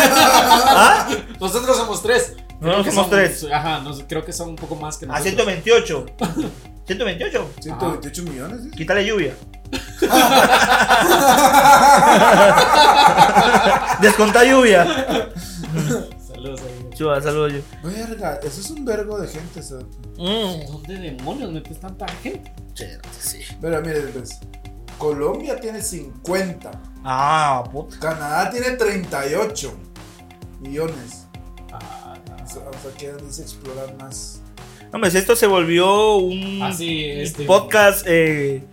Speaker 1: Ah,
Speaker 3: Nosotros somos tres.
Speaker 1: No,
Speaker 3: Creo
Speaker 1: no
Speaker 3: que
Speaker 1: somos
Speaker 3: son-
Speaker 1: tres. Ah,
Speaker 3: Ajá, no sé, creo que son un poco más que
Speaker 1: A
Speaker 3: nosotros.
Speaker 1: 128. 128.
Speaker 2: 128 millones, dice.
Speaker 1: Quítale lluvia. Desconta lluvia.
Speaker 3: Saludos ahí.
Speaker 1: Chuba, saludos yo.
Speaker 2: Verga, eso es un vergo de gente. ¿sabes?
Speaker 3: ¿Dónde demonios metes tanta gente?
Speaker 2: Mira, miren, pues, Colombia tiene 50.
Speaker 1: Ah, puta.
Speaker 2: Canadá tiene 38 millones.
Speaker 3: Ah,
Speaker 2: O sea, o sea, que dice explorar más.
Speaker 1: No, pues esto se volvió un
Speaker 3: Así, este.
Speaker 1: podcast eh,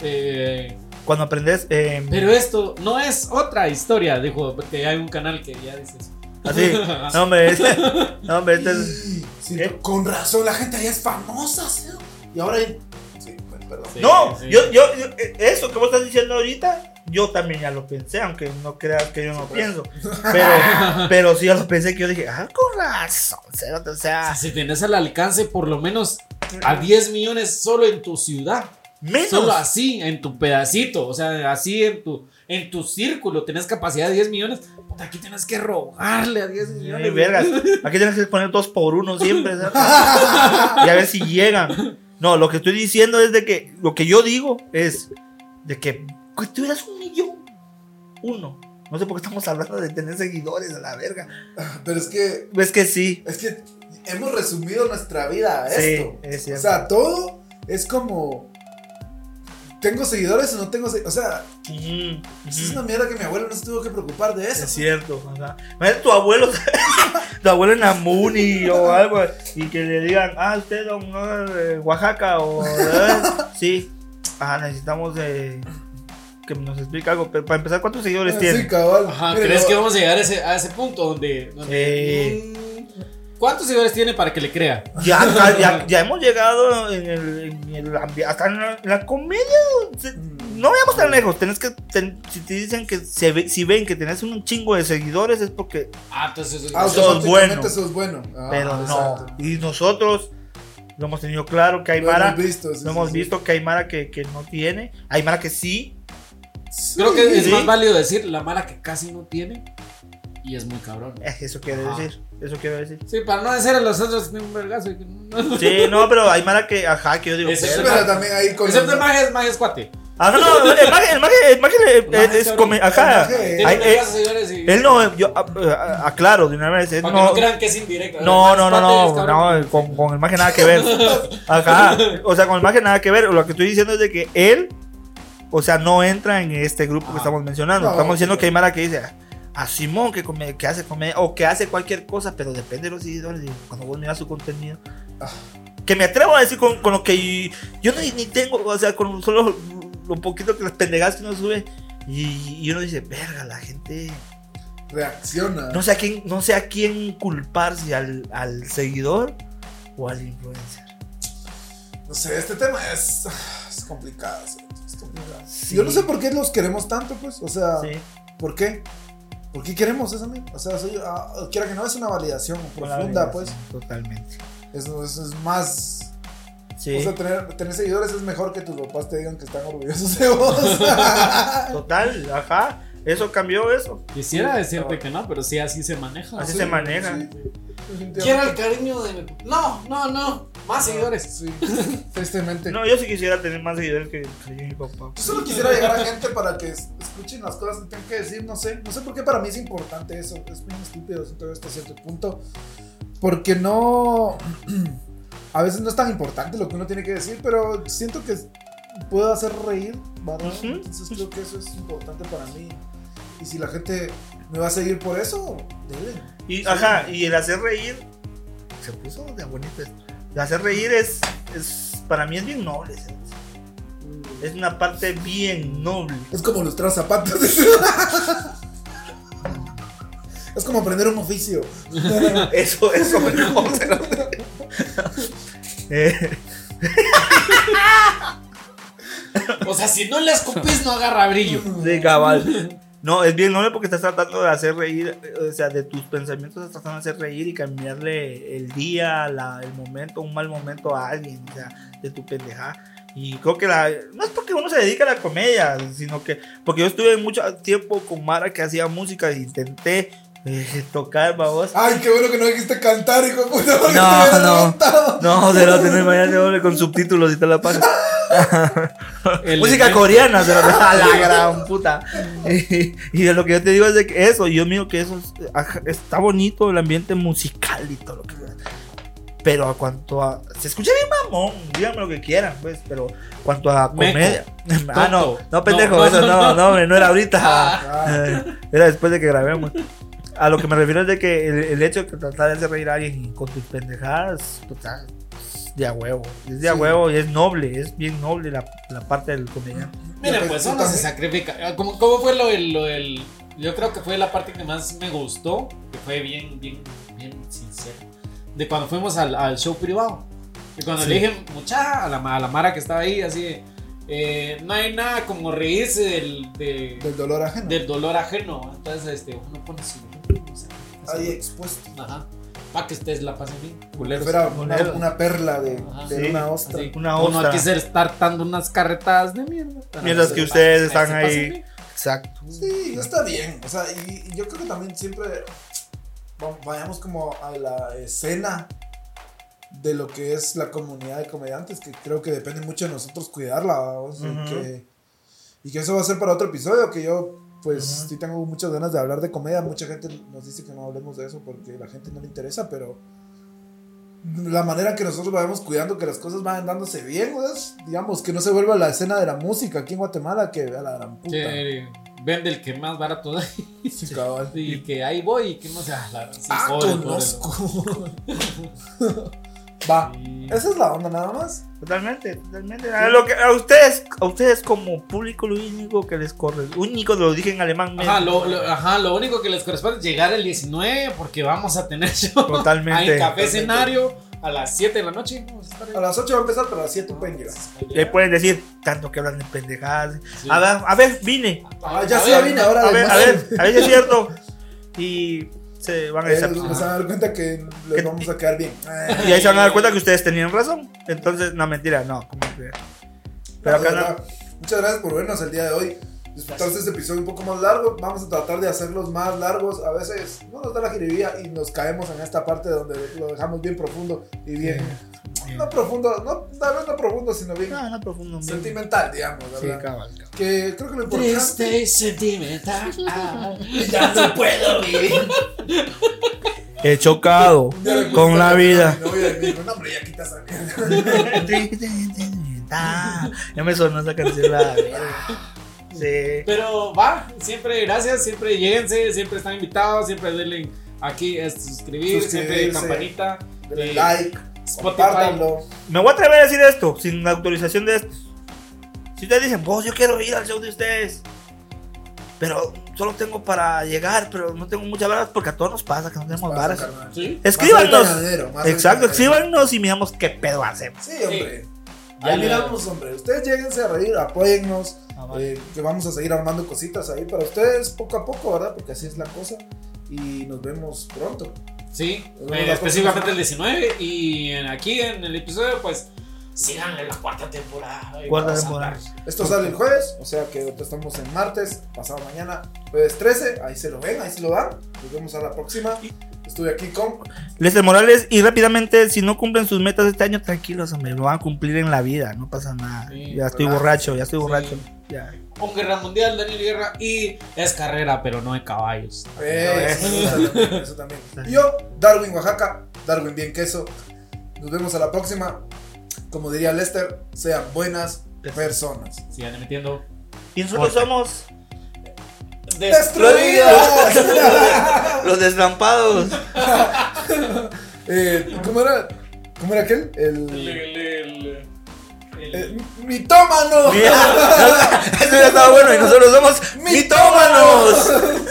Speaker 3: eh,
Speaker 1: cuando aprendes. eh,
Speaker 3: pero esto no es otra historia, dijo, porque hay un canal que ya dice eso.
Speaker 1: así. No, hombre. este- no, hombre, este es-
Speaker 2: Sí, sí,
Speaker 1: ¿Eh?
Speaker 2: Con razón, la gente allá es famosa, ¿sí? Y ahora. Sí, bueno, perdón.
Speaker 3: Sí,
Speaker 1: No,
Speaker 3: sí.
Speaker 1: yo, yo, yo- eh, eso que vos estás diciendo ahorita, yo también ya lo pensé, aunque no creas que yo no
Speaker 2: pues.
Speaker 1: pienso. Pero, pero sí ya lo pensé que yo dije, ah, con razón, cerote, o sea,
Speaker 3: Si tenés al alcance por lo menos a 10 millones solo en tu ciudad. Solo
Speaker 1: menos.
Speaker 3: así, en tu pedacito. O sea, así en tu, en tu círculo. Tenés capacidad de 10 millones. Puta, aquí tenés que robarle a 10 millones.
Speaker 1: Ay, vergas. Aquí tienes que poner dos por uno siempre, cerote. Y a ver si llegan. No, lo que estoy diciendo es de que, lo que yo digo es de que, que tuvieras un millón, uno. No sé por qué estamos hablando de tener seguidores a la verga.
Speaker 2: Pero es que.
Speaker 1: Es que sí.
Speaker 2: Es que hemos resumido nuestra vida a
Speaker 1: Sí,
Speaker 2: esto.
Speaker 1: es cierto.
Speaker 2: O sea, todo es como. ¿Tengo seguidores o no tengo seguidores? O sea,
Speaker 1: Ujú,
Speaker 2: eso
Speaker 1: ujú.
Speaker 2: es una mierda que mi abuelo no se tuvo que preocupar de eso.
Speaker 1: Es cierto, ajá. Imagínate tu abuelo, tu abuelo en la Muni o algo, y que le digan, ah, usted don ah, de Oaxaca o eh, sí, ajá, necesitamos eh, que nos explique algo. Pero para empezar, ¿cuántos seguidores
Speaker 2: Ah, Eh, Sí,
Speaker 1: tiene?
Speaker 2: cabal.
Speaker 3: Ajá,
Speaker 2: Mira,
Speaker 3: ¿crees
Speaker 2: lo-
Speaker 3: que vamos a llegar a ese, a ese punto donde... donde- Mm, ¿Cuántos seguidores tiene para que le crea?
Speaker 1: Eh, Ya, ca- ya, ya hemos llegado en el, en el ambi- hasta en la, en la comedia. se-
Speaker 2: Mm,
Speaker 1: No vayamos tan lejos. Tenés que, ten- si te dicen que se ve- si ven que tenés un chingo de seguidores es porque
Speaker 3: Ah, entonces...
Speaker 2: Ah,
Speaker 1: Sos
Speaker 2: automáticamente
Speaker 1: bueno.
Speaker 2: sos bueno. Ah,
Speaker 1: Pero no.
Speaker 2: exacto.
Speaker 1: Y nosotros lo hemos tenido claro que hay
Speaker 2: Lo
Speaker 1: Mara.
Speaker 2: hemos visto. sí,
Speaker 1: Lo hemos
Speaker 2: sí, sí.
Speaker 1: visto que hay Mara que, que no tiene. Hay Mara que sí.
Speaker 3: Creo que es
Speaker 1: Sí.
Speaker 3: más válido decir la mala que casi no tiene y es muy cabrón.
Speaker 1: Eh, Eso quiere
Speaker 3: Ajá.
Speaker 1: decir. Eso quiere decir.
Speaker 3: Sí, para no decir a los otros que tienen un vergazo. y que no- no-
Speaker 1: Sí, no, pero hay Mara que. Ajá, que yo digo.
Speaker 3: Ese es
Speaker 1: "Verga".
Speaker 2: Pero también ahí con.
Speaker 3: Excepto el
Speaker 2: los-
Speaker 3: magia, es magia es cuate.
Speaker 1: Ah, no, no, el maje, el maje- el maje le-
Speaker 3: maje
Speaker 1: es- es
Speaker 3: está
Speaker 1: come- Ajá.
Speaker 2: ahorita. El maje-
Speaker 1: Ay,
Speaker 3: Tiene un
Speaker 1: eh,
Speaker 3: vergazo, señores, y-
Speaker 1: él no, yo ah, ah, aclaro de una vez. él
Speaker 3: Para que no
Speaker 1: no,
Speaker 3: crean que es indirecto.
Speaker 1: No, no, no,
Speaker 3: Además,
Speaker 1: no,
Speaker 3: parte de
Speaker 1: no, con, con el maje nada que ver. Ajá. O sea, con el maje nada que ver. Lo que estoy diciendo es de que él, o sea, no entra en este grupo que
Speaker 3: Ajá.
Speaker 1: estamos mencionando.
Speaker 2: No,
Speaker 1: estamos diciendo
Speaker 2: sí.
Speaker 1: que hay Mara que dice a Simón que, come- que hace comedia o que hace cualquier cosa, pero depende de los seguidores. digo, Cuando vos miras su contenido.
Speaker 2: Ah.
Speaker 1: Que me atrevo a decir con, con lo que yo ni, ni tengo, o sea, con solo lo poquito que las pendejadas que uno sube. Y, y uno dice, verga, la gente
Speaker 2: Reacciona.
Speaker 1: no sé a quién, no sé a quién culpar, si al, al seguidor o al influencer.
Speaker 2: No sé, este tema es, ah, es complicado. sí, Es complicado. Yo no sé por qué los queremos tanto, pues. O sea,
Speaker 1: Sí.
Speaker 2: ¿por qué? ¿Por qué queremos eso, amigo? O sea, soy, ah, quiera que no, es una validación
Speaker 1: Con la
Speaker 2: profunda, pues.
Speaker 1: validación, Totalmente.
Speaker 2: Eso, eso es más.
Speaker 1: Sí.
Speaker 2: O sea, tener, tener seguidores es mejor que tus papás te digan que están orgullosos de vos.
Speaker 1: Total, ajá. Eso cambió eso.
Speaker 3: Quisiera decirte que no, pero sí, así se maneja.
Speaker 1: Así
Speaker 3: Sí.
Speaker 1: se maneja.
Speaker 2: sí.
Speaker 3: Quiero el cariño de mi- No, no, no. Más seguidores.
Speaker 2: Sí, tristemente.
Speaker 1: No, yo sí quisiera tener más seguidores que, que mi papá.
Speaker 2: Yo solo quisiera llegar a gente para que es- escuchen las cosas que tengo que decir, no sé, no sé por qué para mí es importante eso, es muy estúpido siento, hasta cierto punto, porque no, a veces no es tan importante lo que uno tiene que decir, pero siento que puedo hacer reír, ¿verdad?
Speaker 1: Ujú.
Speaker 2: Entonces creo que eso es importante para mí, y si la gente me va a seguir por eso, deben.
Speaker 1: Y, ajá, y el hacer reír. Se puso de bonito esto. El hacer reír es, es. Para mí es bien noble. ¿sabes?
Speaker 2: Mm.
Speaker 1: Es una parte bien noble.
Speaker 2: Es como lustrar zapatos. es como aprender un oficio.
Speaker 1: Eso, eso no, se lo- Eh,
Speaker 3: O sea, si no le escupís, no agarra brillo.
Speaker 1: de cabal. No, es bien noble porque estás tratando de hacer reír, eh, o sea, de tus pensamientos estás tratando de hacer reír y cambiarle el día, la- el momento, un mal momento a alguien, o sea, de tu pendejada. Y creo que la, no es porque uno se dedica a la comedia, sino que, porque yo estuve mucho tiempo con Mara que hacía música e intenté eh, tocar, babos.
Speaker 2: Ay, qué bueno que no dijiste cantar, hijo de puta. porque
Speaker 1: No,
Speaker 2: te hubiera
Speaker 1: no.
Speaker 2: levantado.
Speaker 1: No, se lo tenés mañana de doble con subtítulos y te la pasas.
Speaker 3: El
Speaker 1: Música
Speaker 3: efecto-
Speaker 1: coreana, se lo a la gran puta. Y, y de lo que yo te digo es de que eso, yo mío que eso es- ajá, está bonito el ambiente musical y todo lo que Pero a cuanto a. Se escucha bien mamón, díganme lo que quieran, pues, pero cuanto a
Speaker 3: Meco.
Speaker 1: comedia. Ah, no,
Speaker 3: Tonto.
Speaker 1: no, pendejo,
Speaker 3: No, no,
Speaker 1: eso no,
Speaker 3: no.
Speaker 1: no, hombre, no era ahorita.
Speaker 2: Ah,
Speaker 1: Eh, Era después de que grabemos. A lo que me refiero es de que el, el hecho de tratar de hacer reír a alguien con tus pendejadas, total, es de a huevo. Es de a
Speaker 2: Sí.
Speaker 1: huevo y es noble, es bien noble la, la parte del comediante.
Speaker 3: Mira,
Speaker 2: Yo
Speaker 3: pues
Speaker 2: pensé
Speaker 3: uno
Speaker 2: también.
Speaker 3: se
Speaker 1: eh.
Speaker 3: sacrifica. Ah, ¿Cómo, cómo fue lo del, lo del- Yo creo que fue la parte que más me gustó, que fue bien, bien, bien sincero. De cuando fuimos al, al show privado. Y cuando le dije, mucha, a la, ma- a la Mara que estaba ahí, así de, eh, no hay nada como reírse del, de-
Speaker 2: del dolor ajeno.
Speaker 3: del dolor ajeno. Entonces, este, uno pone su. o sea,
Speaker 2: Ahí
Speaker 3: así,
Speaker 2: expuesto.
Speaker 3: Ajá. Para que ustedes la pasen bien, culeros.
Speaker 2: Fuera una,
Speaker 1: Bolero.
Speaker 2: una perla de,
Speaker 3: Ajá.
Speaker 2: de
Speaker 1: Sí,
Speaker 2: una ostra.
Speaker 3: Así,
Speaker 1: Una
Speaker 3: uno
Speaker 1: ostra.
Speaker 3: aquí se estar dando unas carretadas de mierda. Para
Speaker 1: Mientras
Speaker 3: se
Speaker 1: que
Speaker 3: la-
Speaker 1: ustedes
Speaker 3: se
Speaker 1: están
Speaker 3: pasen
Speaker 1: ahí.
Speaker 3: bien.
Speaker 1: Exacto.
Speaker 2: Sí, no está bien. O sea, y, y yo creo que también siempre va- vayamos como a la escena de lo que es la comunidad de comediantes, que creo que depende mucho de nosotros cuidarla. vamos, y
Speaker 1: Ujú.
Speaker 2: que, y que eso va a ser para otro episodio, que yo pues
Speaker 1: Ujú.
Speaker 2: sí tengo muchas ganas de hablar de comedia. Mucha gente nos dice que no hablemos de eso porque la gente no le interesa, pero la manera que nosotros vayamos cuidando que las cosas vayan dándose bien, pues, digamos, que no se vuelva la escena de la música aquí en Guatemala, que a la gran puta.
Speaker 3: que vende el que más barato da
Speaker 2: Sí, cabal.
Speaker 3: y que ahí voy y que no sea la sí,
Speaker 2: ah,
Speaker 3: pobre, pobre,
Speaker 2: conozco. Va.
Speaker 3: Sí.
Speaker 2: Esa es la onda nada más.
Speaker 1: Totalmente, totalmente. A, lo que, a ustedes, a ustedes como público, lo único que les corre. Único, lo dije en alemán.
Speaker 3: Ajá
Speaker 1: men.
Speaker 3: lo, lo- ajá, lo único que les corresponde es llegar el 19 porque vamos a tener show
Speaker 1: Totalmente.
Speaker 3: en Café
Speaker 2: totalmente.
Speaker 3: Escenario a las 7 de la noche. Vamos a estar ahí.
Speaker 2: A las 8 va a empezar, pero a las 7 pueden llegar. Eh, pues,
Speaker 1: Le pueden decir tanto que hablan de pendejadas.
Speaker 3: Sí.
Speaker 1: A ver, a ver, vine.
Speaker 2: Ah, ya
Speaker 3: A
Speaker 2: se
Speaker 3: ver,
Speaker 2: viene ahora
Speaker 1: A ver,
Speaker 2: además.
Speaker 1: a ver, a ver si es cierto. Y se van a
Speaker 2: Eh,
Speaker 1: decepcionar.
Speaker 2: nos van a dar cuenta que
Speaker 1: Que-
Speaker 2: les vamos a quedar bien. Eh,
Speaker 1: Y ahí se van a dar cuenta que ustedes tenían razón. Entonces, no, mentira, no. ¿cómo que?
Speaker 2: la
Speaker 1: Pero acá
Speaker 2: verdad,
Speaker 1: no.
Speaker 2: Muchas gracias por vernos el día de hoy. Disfrutarse este episodio un poco más largo. Vamos a tratar de hacerlos más largos. A veces no nos da la jiribilla y nos caemos en esta parte donde lo dejamos bien profundo y bien. No profundo, no, tal vez no profundo, sino bien
Speaker 1: No, no profundo. mira.
Speaker 2: sentimental, digamos,
Speaker 1: Ah, Sí,
Speaker 2: ¿verdad?
Speaker 1: cabal, cabal.
Speaker 2: que creo que lo importante.
Speaker 3: Triste y sentimental.
Speaker 2: Ya no puedo vivir.
Speaker 1: He chocado con la vida.
Speaker 2: No, y me dijo, no, hombre, ya quitas a
Speaker 1: Ah, ya me sonó esa canción la Sí.
Speaker 3: Pero va, siempre gracias, siempre lléguense, siempre están invitados, siempre denle aquí a suscribir, siempre
Speaker 2: Suscribirse.
Speaker 3: campanita,
Speaker 2: Denle
Speaker 3: eh,
Speaker 2: like,
Speaker 3: Spotify.
Speaker 2: compártanlo.
Speaker 1: Me voy a atrever a decir esto, sin la autorización de estos. Si ustedes dicen, vos, yo quiero ir al show de ustedes. Pero solo tengo para llegar, pero no tengo muchas varas porque a todos nos pasa que no tenemos varas.
Speaker 3: ¿sí?
Speaker 1: Escríbanos.
Speaker 2: Más el ganadero, más el
Speaker 1: Exacto,
Speaker 2: ganadero.
Speaker 1: escríbanos y miramos qué pedo hacemos.
Speaker 2: Sí, hombre. Ahí
Speaker 3: Ya le-
Speaker 2: miramos, hombre. Ustedes lléguense a reír, apóyennos.
Speaker 1: Ah, va.
Speaker 2: eh, que vamos a seguir armando cositas ahí para ustedes poco a poco, ¿verdad? Porque así es la cosa. Y nos vemos pronto.
Speaker 3: Sí,
Speaker 2: Nos vemos
Speaker 3: eh,
Speaker 2: la
Speaker 3: específicamente
Speaker 2: próxima
Speaker 3: el 19 y en- aquí en el episodio, pues síganle la cuarta temporada. y
Speaker 1: Cuarta
Speaker 3: vamos a
Speaker 1: temporada.
Speaker 3: andar.
Speaker 2: Esto sale el jueves, o sea que ahorita estamos en martes, pasado mañana, jueves 13. Ahí se lo ven, ahí se lo dan. Nos vemos a la próxima. Estuve aquí con
Speaker 1: Lester Morales, y rápidamente, si no cumplen sus metas este año, tranquilos, hombre, lo van a cumplir en la vida, no pasa nada.
Speaker 3: Sí,
Speaker 1: ya estoy
Speaker 2: ¿verdad?
Speaker 1: borracho, ya estoy
Speaker 3: Sí.
Speaker 1: borracho. Ya.
Speaker 3: Un guerra mundial, Daniel Guerra, y es carrera, pero no de caballos.
Speaker 2: Eh, Eso, también, eso también. Y yo, Darwin Oaxaca, Darwin Bien Queso. Nos vemos a la próxima. Como diría Lester, sean buenas personas.
Speaker 3: Sigan metiendo.
Speaker 1: Y nosotros
Speaker 3: Corta.
Speaker 1: somos
Speaker 2: ¡Destruidas!
Speaker 1: los destrampados.
Speaker 2: Eh, ¿Cómo era? ¿Cómo era aquel?
Speaker 3: El-
Speaker 2: El.
Speaker 3: el- el- el-
Speaker 2: eh, ¡Mitómano!
Speaker 1: Mira, Eso ya estaba bueno, y nosotros somos mitómanos.